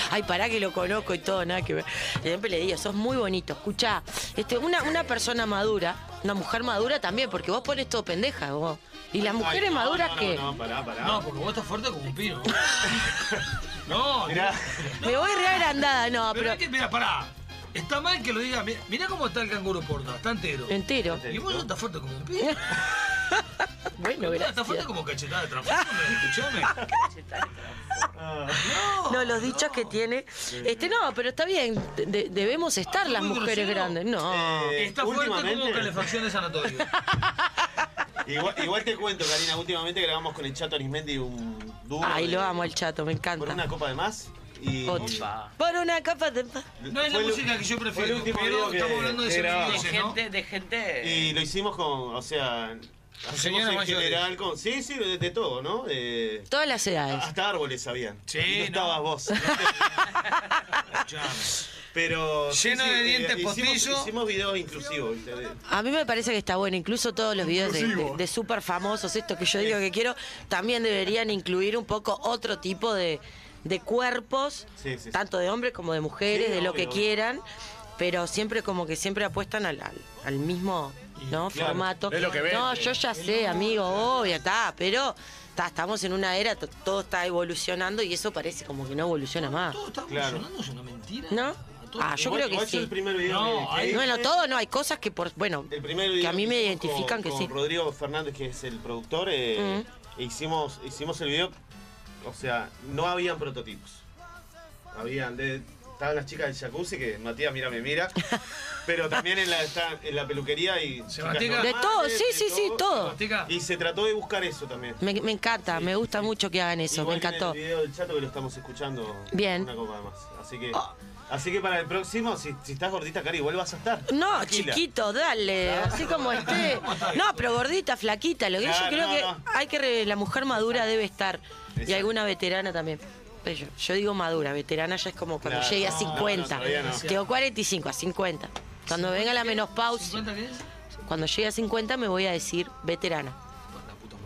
Speaker 1: Ay, pará que lo conozco y todo, nada que ver. Siempre le digo, sos muy bonito. Escuchá, este, una, una persona madura, una mujer madura también, porque vos pones todo pendeja, vos. Y las mujeres
Speaker 6: Ay, no,
Speaker 1: maduras
Speaker 6: no, no,
Speaker 1: que.
Speaker 6: No, pará, pará.
Speaker 4: No, porque vos estás fuerte como un pino. no,
Speaker 6: Mirá.
Speaker 1: Me voy re agrandada, no,
Speaker 4: pero. es que, mira, pará. Está mal que lo diga. Mirá, mirá cómo está el canguro porta, está entero.
Speaker 1: Entero.
Speaker 4: Y vos no estás fuerte como un pino.
Speaker 1: bueno,
Speaker 4: gracias. Estás fuerte como cachetada de Transformers, escuchame.
Speaker 1: No, los dichos que tiene. Este, no, pero está bien, de- debemos estar las
Speaker 4: muy
Speaker 1: mujeres
Speaker 4: grosero.
Speaker 1: grandes. No.
Speaker 6: Eh,
Speaker 4: Está fuerte como
Speaker 6: últimamente-
Speaker 4: calefacción de sanatorio.
Speaker 6: Igual, igual te cuento, Karina, últimamente grabamos con el Chato Arismendi un dúo.
Speaker 1: Ay,
Speaker 6: de-
Speaker 1: lo amo al chato, me encanta.
Speaker 6: Por una copa de más. Y,
Speaker 1: Otra. Por una capa de pa-
Speaker 4: No es la
Speaker 6: Fue lo-
Speaker 4: música que yo
Speaker 6: fue el
Speaker 4: prefiero,
Speaker 6: último
Speaker 4: pero
Speaker 6: video que-
Speaker 4: estamos hablando de
Speaker 6: que grabamos.
Speaker 4: semillas, ¿no?
Speaker 2: Gente, de gente.
Speaker 6: Y lo hicimos con, o sea, hacemos
Speaker 4: señoras
Speaker 6: en
Speaker 4: mayores.
Speaker 6: general con. Sí, sí, de, de todo, ¿no? De-
Speaker 1: Todas las edades.
Speaker 6: hasta árboles sabían.
Speaker 4: Sí,
Speaker 6: Y no, estabas vos. No te- Pero. sí,
Speaker 4: Lleno
Speaker 6: sí,
Speaker 4: de
Speaker 6: eh,
Speaker 4: dientes
Speaker 6: hicimos-
Speaker 4: postizos.
Speaker 6: Hicimos videos inclusivos. ¿viste? De-
Speaker 1: A mí me parece que está bueno, incluso todos los videos de,
Speaker 6: Inclusivo.
Speaker 1: de, super famosos, esto que yo digo que quiero, también deberían incluir un poco otro tipo de, de cuerpos,
Speaker 6: Sí, sí, sí.
Speaker 1: tanto de hombres como de mujeres,
Speaker 6: Sí,
Speaker 1: de lo
Speaker 6: obvio,
Speaker 1: que
Speaker 6: obvio.
Speaker 1: quieran, pero siempre como que siempre apuestan al, al, al mismo ¿no?
Speaker 6: claro,
Speaker 1: formato.
Speaker 6: es lo que vende.
Speaker 1: no, yo ya sé, amigo, obvio, está, pero ta, estamos en una era, to- todo está evolucionando y eso parece como que no evoluciona más.
Speaker 6: Claro.
Speaker 4: Es una mentira.
Speaker 1: ¿No? Ah, yo
Speaker 6: Igual-
Speaker 1: creo que
Speaker 6: igual yo
Speaker 1: sí.
Speaker 6: el primer video No, que- que- hay-
Speaker 1: bueno, todo no, hay cosas que por bueno,
Speaker 6: El primer
Speaker 1: que
Speaker 6: video
Speaker 1: a mí me
Speaker 6: hicimos con-
Speaker 1: identifican que
Speaker 6: con
Speaker 1: sí.
Speaker 6: Rodrigo Fernández, que es el productor, eh, hicimos, hicimos el video. O sea, no habían prototipos. Habían de. Estaban las chicas del jacuzzi que Matías mira me mira. Pero también en la, está- en la peluquería y. chicas
Speaker 1: matica.
Speaker 6: normales,
Speaker 1: De todo, sí,
Speaker 6: de
Speaker 1: sí, sí, todo.
Speaker 6: Y se trató de buscar eso también.
Speaker 1: Me, me encanta, me gusta mucho que hagan eso, me
Speaker 6: Igual
Speaker 1: encantó.
Speaker 6: En el video del chato que lo estamos escuchando.
Speaker 1: Bien. Oh.
Speaker 6: Una copa más. Así que. Así que para el próximo, si, si estás gordita, Cari, igual vas a estar.
Speaker 1: No,
Speaker 6: Tranquila.
Speaker 1: chiquito, dale, así como esté. No, pero gordita, flaquita, lo que
Speaker 6: Claro,
Speaker 1: yo creo
Speaker 6: no,
Speaker 1: que
Speaker 6: no.
Speaker 1: hay que re- la mujer madura debe estar y alguna veterana también. Pero yo, yo digo madura, veterana ya es como cuando
Speaker 6: Claro,
Speaker 1: llegue a
Speaker 6: no,
Speaker 1: 50.
Speaker 6: no, todavía no.
Speaker 1: Tengo 45, a 50. Cuando venga la menopausa,
Speaker 4: ¿Cuenta qué es?
Speaker 1: cuando llegue a 50 me voy a decir veterana.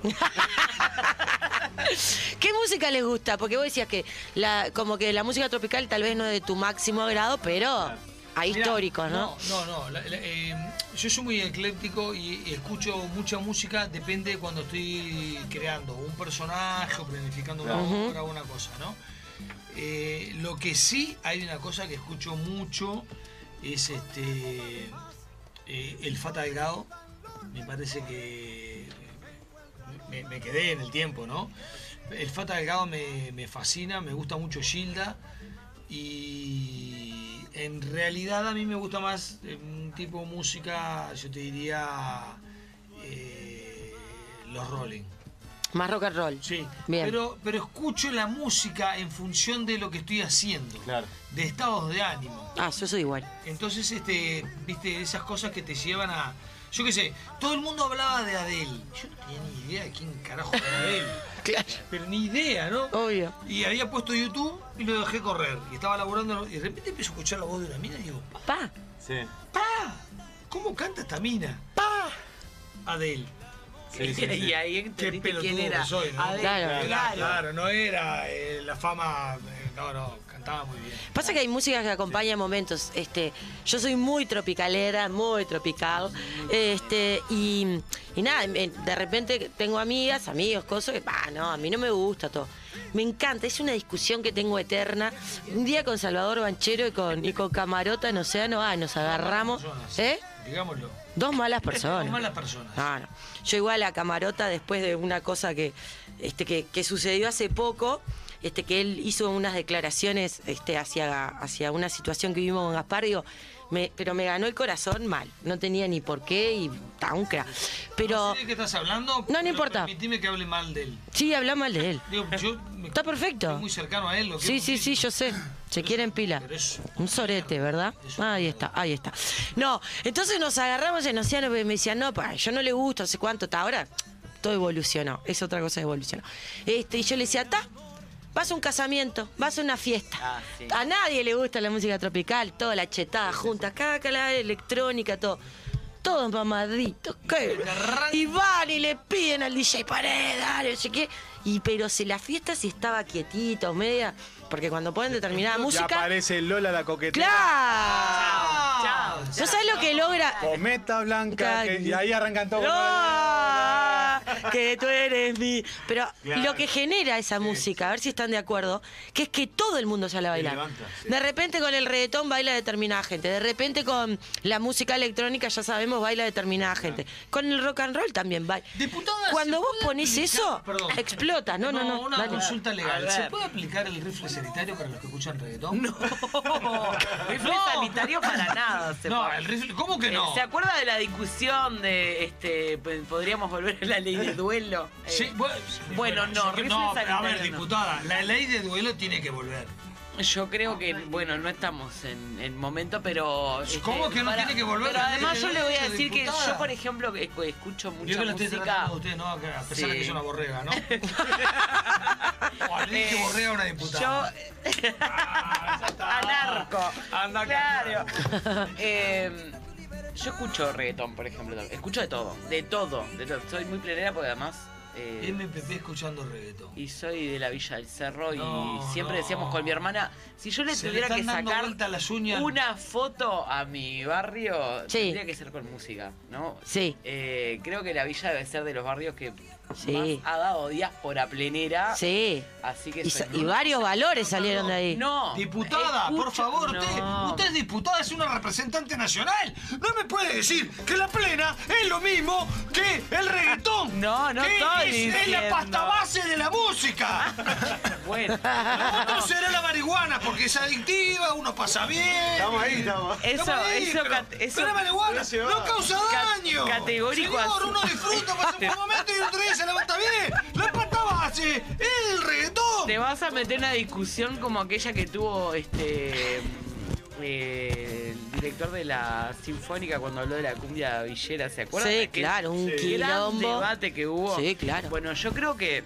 Speaker 1: ¿Qué música les gusta? Porque vos decías que la, como que la música tropical tal vez no es de tu máximo grado, pero hay
Speaker 4: Mirá,
Speaker 1: históricos, ¿no?
Speaker 4: No, no, no, la- la- eh, yo soy muy ecléptico y, y escucho mucha música, depende cuando estoy creando un personaje o planificando una
Speaker 1: Claro.
Speaker 4: obra o una cosa, ¿no? Eh, lo que sí hay una cosa que escucho mucho es este eh, el Fata Delgado. Me parece que me, me quedé en el tiempo, ¿no? El Fata Delgado me, me fascina, me gusta mucho Gilda. Y en realidad a mí me gusta más eh, un tipo de música, yo te diría eh, los Rolling.
Speaker 1: Más rock and roll.
Speaker 4: Sí.
Speaker 1: Bien.
Speaker 4: Pero, pero escucho la música en función de lo que estoy haciendo,
Speaker 6: Claro.
Speaker 4: de estados de ánimo.
Speaker 1: Ah, yo soy igual.
Speaker 4: Entonces, este, viste, esas cosas que te llevan a. Yo qué sé, todo el mundo hablaba de Adele. Yo no tenía ni idea de quién carajo era Adele. Pero ni idea, ¿no?
Speaker 1: Obvio.
Speaker 4: Y había puesto YouTube y lo dejé correr. Y estaba laburando y de repente empiezo a escuchar la voz de una mina y digo,
Speaker 1: Pa,
Speaker 6: Sí.
Speaker 4: ¡pa! ¿Cómo canta esta mina? ¡Pa! Adel.
Speaker 6: Sí, sí, sí.
Speaker 2: Y ahí entendiste quién era.
Speaker 4: soy, ¿no?
Speaker 2: Adele,
Speaker 4: claro,
Speaker 2: Claro,
Speaker 4: claro.
Speaker 2: claro.
Speaker 4: no era eh, la fama. eh, no, no, cantaba muy bien.
Speaker 1: Pasa que hay música que acompaña momentos. Este, yo soy muy tropicalera, muy tropical. Este, y, y nada, me- de repente tengo amigas, amigos, cosas que, bah, no, a mí no me gusta todo. Me encanta, es una discusión que tengo eterna. Un día con Salvador Banchero y con, y con Camarota en Océano, ah, nos agarramos. ¿Eh?
Speaker 4: Digámoslo.
Speaker 1: Dos malas personas.
Speaker 4: Dos malas personas.
Speaker 1: No, no. Yo igual a Camarota después de una cosa que, este, que, que sucedió hace poco, este, que él hizo unas declaraciones este, hacia, hacia una situación que vivimos con Gaspar, digo, me- pero me ganó el corazón mal. No tenía ni por qué y ta, un cra.
Speaker 4: No
Speaker 1: Pero
Speaker 4: sé de qué estás hablando.
Speaker 1: Ah. no
Speaker 4: pero
Speaker 1: importa.
Speaker 4: Permitime que hable mal de él.
Speaker 1: sí, habla mal de él.
Speaker 4: Digo, yo me
Speaker 1: Está perfecto.
Speaker 4: estoy muy cercano a él. Lo que
Speaker 1: Sí, sí, sí, yo sé. Se quieren pila. Un sorete, ¿verdad? Ahí está, ahí está. No, entonces nos agarramos en Océano y me decían, no, pa, yo no le gusto, hace cuánto está ahora. Todo evolucionó, es otra cosa que evolucionó. Este, y yo le decía, ta, vas a un casamiento, vas a una fiesta. A nadie le gusta la música tropical, toda la chetada junta, acá, acá la electrónica, todo. todos mamaditos. ¿qué? Y van y le piden al DJ Paredes, dale, no sé qué. Y pero si la fiesta si estaba quietito, media, porque cuando ponen determinada
Speaker 5: Ya
Speaker 1: música.
Speaker 5: aparece Lola la coquetera.
Speaker 1: ¡Claro! ¿No sabes lo que logra?
Speaker 5: Cometa blanca. que- y ahí arrancan todos.
Speaker 1: Lola, que tú eres mi. Pero
Speaker 5: Claro.
Speaker 1: lo que genera esa música, a ver si están de acuerdo, que es que todo el mundo sale a bailar.
Speaker 5: levanta, sí.
Speaker 1: De repente con el reggaetón baila determinada gente. De repente con la música electrónica, ya sabemos, baila determinada gente. Con el rock and roll también baila. Cuando vos pones eso, explota. No, no, no.
Speaker 4: una
Speaker 1: dale.
Speaker 4: consulta
Speaker 1: A
Speaker 4: legal.
Speaker 1: ver.
Speaker 4: ¿Se puede aplicar el rifle sanitario para los que escuchan reggaetón? No.
Speaker 2: Rifle sanitario para nada. se
Speaker 4: No,
Speaker 2: puede.
Speaker 4: el rifle. ¿Cómo que
Speaker 2: Eh,
Speaker 4: no?
Speaker 2: ¿Se acuerda de la discusión de este p- podríamos volver a la ley de duelo? Eh,
Speaker 4: Sí, bueno,
Speaker 2: bueno, no,
Speaker 4: yo que-
Speaker 2: rifle
Speaker 4: no, a
Speaker 2: sanitario
Speaker 4: ver,
Speaker 2: no.
Speaker 4: diputada, la ley de duelo tiene que volver.
Speaker 2: Yo creo que, bueno, no estamos en, en momento, pero... este,
Speaker 4: ¿Cómo que no tiene que volver
Speaker 2: Pero
Speaker 4: la ley
Speaker 2: además
Speaker 4: de
Speaker 2: yo le voy a
Speaker 4: derecho,
Speaker 2: decir que
Speaker 4: diputada?
Speaker 2: yo, por ejemplo, que escu- escucho mucha
Speaker 4: Yo que lo estoy
Speaker 2: música...
Speaker 4: tratando a usted, ¿no? A a pesar de que
Speaker 2: Sí.
Speaker 4: es una borrega, ¿no? O al que borrega una diputada.
Speaker 2: Eh,
Speaker 4: Ah,
Speaker 2: Yo... Anarco. claro. Eh, yo escucho reggaetón, por ejemplo. Escucho de todo. De todo. de todo. Soy muy plenera porque además... eh,
Speaker 4: MPP escuchando reggaetón.
Speaker 2: Y soy de la Villa del Cerro y
Speaker 4: No,
Speaker 2: siempre
Speaker 4: no.
Speaker 2: decíamos con mi hermana, si yo le
Speaker 4: Se le
Speaker 2: tuviera
Speaker 4: están
Speaker 2: que
Speaker 4: dando
Speaker 2: sacar
Speaker 4: vuelta las uñas.
Speaker 2: una foto a mi barrio,
Speaker 1: Sí.
Speaker 2: tendría que ser con música, ¿no?
Speaker 1: Sí.
Speaker 2: Eh, creo que la villa debe ser de los barrios que
Speaker 1: Sí.
Speaker 2: más ha dado diáspora plenera.
Speaker 1: Sí.
Speaker 2: Así que
Speaker 1: Y,
Speaker 2: soy
Speaker 1: sa-
Speaker 2: muy-
Speaker 1: y varios valores salieron de ahí.
Speaker 2: No.
Speaker 4: Diputada, por
Speaker 2: Escucho-
Speaker 4: favor,
Speaker 2: No.
Speaker 4: usted, usted es diputada, es una representante nacional. No me puede decir que la plena es lo mismo que el reggaetón.
Speaker 2: No, no
Speaker 4: que
Speaker 2: estoy
Speaker 4: es, es la
Speaker 2: diciendo.
Speaker 4: pasta base de la música.
Speaker 2: Bueno.
Speaker 4: No será la marihuana porque es adictiva, uno pasa bien.
Speaker 6: Estamos ahí, estamos.
Speaker 4: Estamos
Speaker 2: Eso-
Speaker 4: ahí,
Speaker 2: eso
Speaker 4: pero-
Speaker 2: cat- eso-
Speaker 4: pero la marihuana
Speaker 2: eso
Speaker 4: no
Speaker 2: va.
Speaker 4: causa
Speaker 2: Ca-
Speaker 4: daño.
Speaker 2: categórico
Speaker 4: Señor,
Speaker 2: así.
Speaker 4: uno disfruta, pasa un buen momento y otro día se levanta bien. La pasta base es el reggaetón.
Speaker 2: Te vas a meter en una discusión como aquella que tuvo este eh, el director de la Sinfónica cuando habló de la cumbia villera, ¿se acuerdan?
Speaker 1: Sí,
Speaker 2: de aquel
Speaker 1: claro, un
Speaker 2: gran
Speaker 1: quilombo.
Speaker 2: debate que hubo.
Speaker 1: Sí, claro.
Speaker 2: Bueno, yo creo que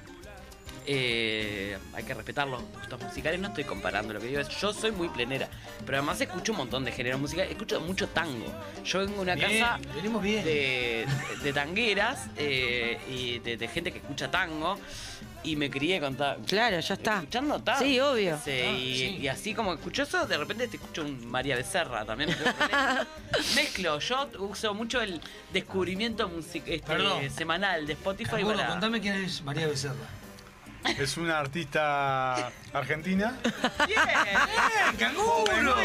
Speaker 2: eh, hay que respetar los gustos musicales, no estoy comparando lo que digo, es- yo soy muy plenera, pero además escucho un montón de géneros musicales, escucho mucho tango. Yo vengo de una
Speaker 4: Bien,
Speaker 2: casa
Speaker 4: venimos bien.
Speaker 2: De, de tangueras eh, y de, de gente que escucha tango y me crié con tango.
Speaker 1: Claro, ya está.
Speaker 2: Escuchando tango.
Speaker 1: Sí, obvio. Ah,
Speaker 2: Sí, y, y así como escucho eso, de repente te escucho un María Becerra también. no tengo problema. Mezclo, yo uso mucho el descubrimiento music- este,
Speaker 4: Perdón.
Speaker 2: semanal de Spotify
Speaker 4: Bueno,
Speaker 2: para-
Speaker 4: contame quién es María Becerra.
Speaker 7: Es una artista argentina.
Speaker 4: ¡Bien, canguro!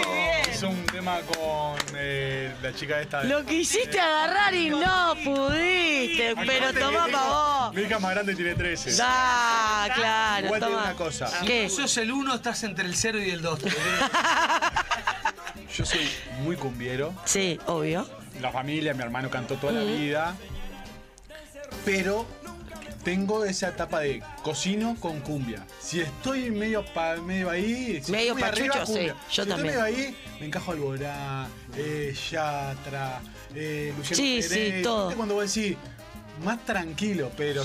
Speaker 7: Hizo un tema con eh, la chica esta. de-
Speaker 1: Lo quisiste agarrar y no pudiste,
Speaker 7: Acá
Speaker 1: pero
Speaker 7: te
Speaker 1: toma
Speaker 7: digo,
Speaker 1: para vos.
Speaker 7: Mi hija más grande tiene 13.
Speaker 1: Da, claro,
Speaker 7: Igual te digo una
Speaker 1: toma. Ah.
Speaker 5: Ah,
Speaker 7: cosa.
Speaker 1: ¿Qué?
Speaker 4: Si sos el uno, estás entre el 0 y el 2.
Speaker 7: Yo soy muy cumbiero.
Speaker 1: Sí, obvio.
Speaker 7: La familia, mi hermano cantó toda la vida. Pero tengo esa etapa de cocino con cumbia. Si estoy medio, pa- medio ahí, si
Speaker 1: Medio
Speaker 7: estoy muy arriba,
Speaker 1: pachucho, sí.
Speaker 7: cumbia.
Speaker 1: Yo
Speaker 7: si
Speaker 1: también.
Speaker 7: estoy medio ahí, me encajo al Borá, eh, Yatra, eh, Luciano
Speaker 1: Sí, sí,
Speaker 7: Pérez.
Speaker 1: todo.
Speaker 7: ¿Viste Cuando vos decís, más tranquilo, pero...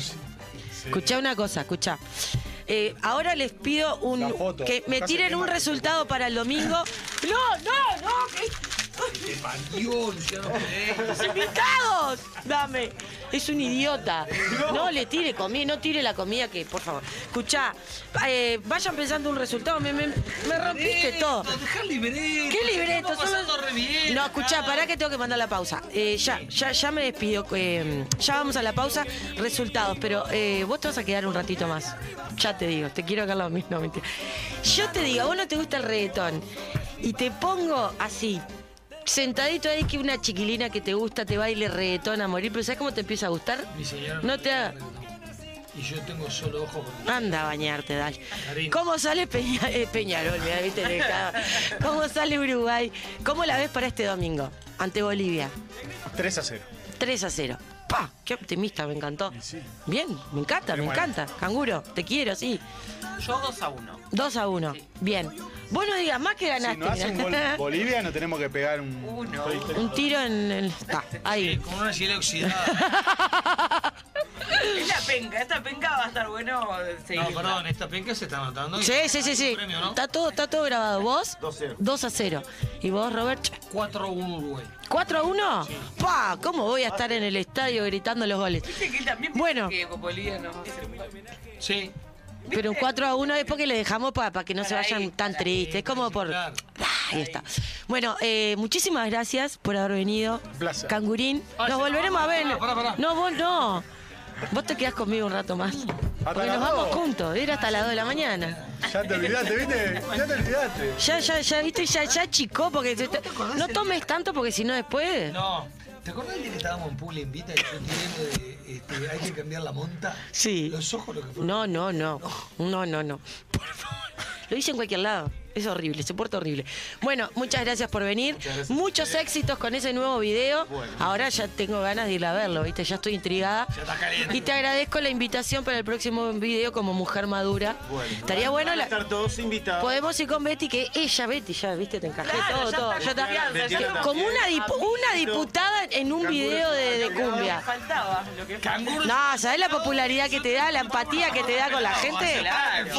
Speaker 1: Escuchá una cosa, escuchá. Eh, ahora les pido un
Speaker 7: La foto.
Speaker 1: que me
Speaker 7: Acá se
Speaker 1: tiren
Speaker 7: quema
Speaker 1: un
Speaker 7: que se
Speaker 1: resultado para el domingo. No, no, no. que- ¡Los invitados! Dame. Es un idiota. No le tire comida, no tire la comida que, por favor. Escuchá, eh, vayan pensando un resultado. Me, me- me rompiste todo.
Speaker 4: Dejar libreto.
Speaker 1: ¿Qué libreto?
Speaker 4: Estamos
Speaker 1: Solo-
Speaker 4: pasando re bien
Speaker 1: No,
Speaker 4: acá.
Speaker 1: escuchá, pará que tengo que mandar la pausa. Eh, ya, ya, ya me despido. eh, ya vamos a la pausa. Resultados, pero eh, vos te vas a quedar un ratito más. Ya te digo, te quiero acá lo mismo. mentira. Yo te digo, a vos no te gusta el reggaetón. Y te pongo así, sentadito ahí que una chiquilina que te gusta te baile reggaetón a morir, pero ¿sabes cómo te empieza a gustar?
Speaker 4: Mi señora
Speaker 1: No te haga-
Speaker 4: Y yo tengo solo ojos.
Speaker 1: Anda a bañarte, dale. ¿Cómo sale Peña- eh, Peñarol? Mirá, viste, de cada- ¿Cómo sale Uruguay? ¿Cómo la ves para este domingo? Ante Bolivia.
Speaker 7: 3 a 0.
Speaker 1: 3 a 0. ¡Pah! ¡Qué optimista! Me encantó. Bien, me encanta, me
Speaker 2: Igual.
Speaker 1: encanta. Canguro, te quiero, sí.
Speaker 2: Yo 2 a 1.
Speaker 1: 2 a 1. Bien. Vos no digas más que ganaste.
Speaker 7: Si no hace un gol Bolivia, no tenemos que pegar un...
Speaker 4: eh,
Speaker 1: Un tiro en el. Está, ahí.
Speaker 4: Con una chile oxidada.
Speaker 2: Esta penca, esta penca va a estar bueno eh, seguirla.
Speaker 4: No, perdón, esta penca se está matando.
Speaker 1: Sí, sí, sí, sí. Está todo, está todo grabado. ¿Vos? 2 a 0. ¿Y vos, Robert?
Speaker 4: 4 a 1 Uruguay.
Speaker 1: ¿4 a 1? ¡Pa! ¿Cómo voy a estar en el estadio gritando los goles?
Speaker 2: Viste que él también piensa
Speaker 1: Bueno.
Speaker 2: que Copolía no va a ser
Speaker 4: Sí.
Speaker 1: Pero un 4 a 1 es porque le dejamos para que no se vayan tan tristes. Es como por. Ah, Ahí está. Bueno, eh, muchísimas gracias por haber venido.
Speaker 7: placer.
Speaker 1: Cangurín.
Speaker 7: Ay,
Speaker 1: Nos
Speaker 7: sí,
Speaker 1: volveremos
Speaker 7: no,
Speaker 1: a ver.
Speaker 7: pará, pará, pará.
Speaker 1: No, vos no. Vos te quedás conmigo un rato más. Porque
Speaker 7: las
Speaker 1: nos vamos
Speaker 7: dos.
Speaker 1: juntos, era hasta las 2 de la mañana.
Speaker 7: Ya te olvidaste, ¿viste? Ya te olvidaste.
Speaker 1: Ya, ya, ya, viste, ya, ya chicó, porque se- no tomes tanto porque si no después.
Speaker 4: No. ¿Te acordás de que estábamos en Pula Invita y yo tirando de este, hay que cambiar la monta?
Speaker 1: Sí.
Speaker 4: Los ojos lo que fueron.
Speaker 1: No, no, no. No, no, no. Por favor. Lo hice en cualquier lado. Es horrible, se porta horrible. Bueno, muchas gracias por venir. Muchos éxitos con ese nuevo video. Ahora ya tengo ganas de ir a verlo, ¿viste? Ya estoy intrigada. Y te agradezco la invitación para el próximo video como mujer madura.
Speaker 6: Bueno.
Speaker 1: Estaría bueno
Speaker 6: Van a
Speaker 1: la-
Speaker 6: estar todos invitados.
Speaker 1: Podemos ir con Betty, que ella, Betty, ya, viste, te encajé
Speaker 6: Claro,
Speaker 1: todo,
Speaker 6: ya
Speaker 1: todo.
Speaker 6: está
Speaker 1: Ya está.
Speaker 6: confiada, ya está.
Speaker 1: Como una, dipu- una diputada en un video de, de cumbia.
Speaker 2: Faltaba lo que
Speaker 1: No, ¿sabés la popularidad que te da, la empatía que te da con la gente?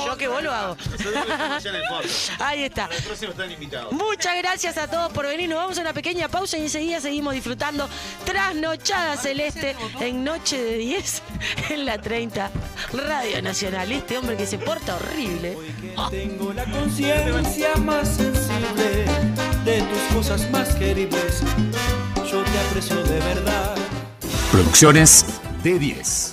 Speaker 1: Yo que vos lo hago.
Speaker 6: Nosotros estamos allá en el fondo.
Speaker 1: Ahí está.
Speaker 6: Los próximos están invitados.
Speaker 1: Muchas gracias a todos por venir. Nos vamos a una pequeña pausa y enseguida seguimos disfrutando Trasnochada Celeste en Noche de 10 en la 30 Radio Nacional. Este hombre que se porta horrible.
Speaker 16: Ah. Tengo la conciencia más sensible de tus cosas más queribles. Yo te aprecio de verdad.
Speaker 9: Producciones D10,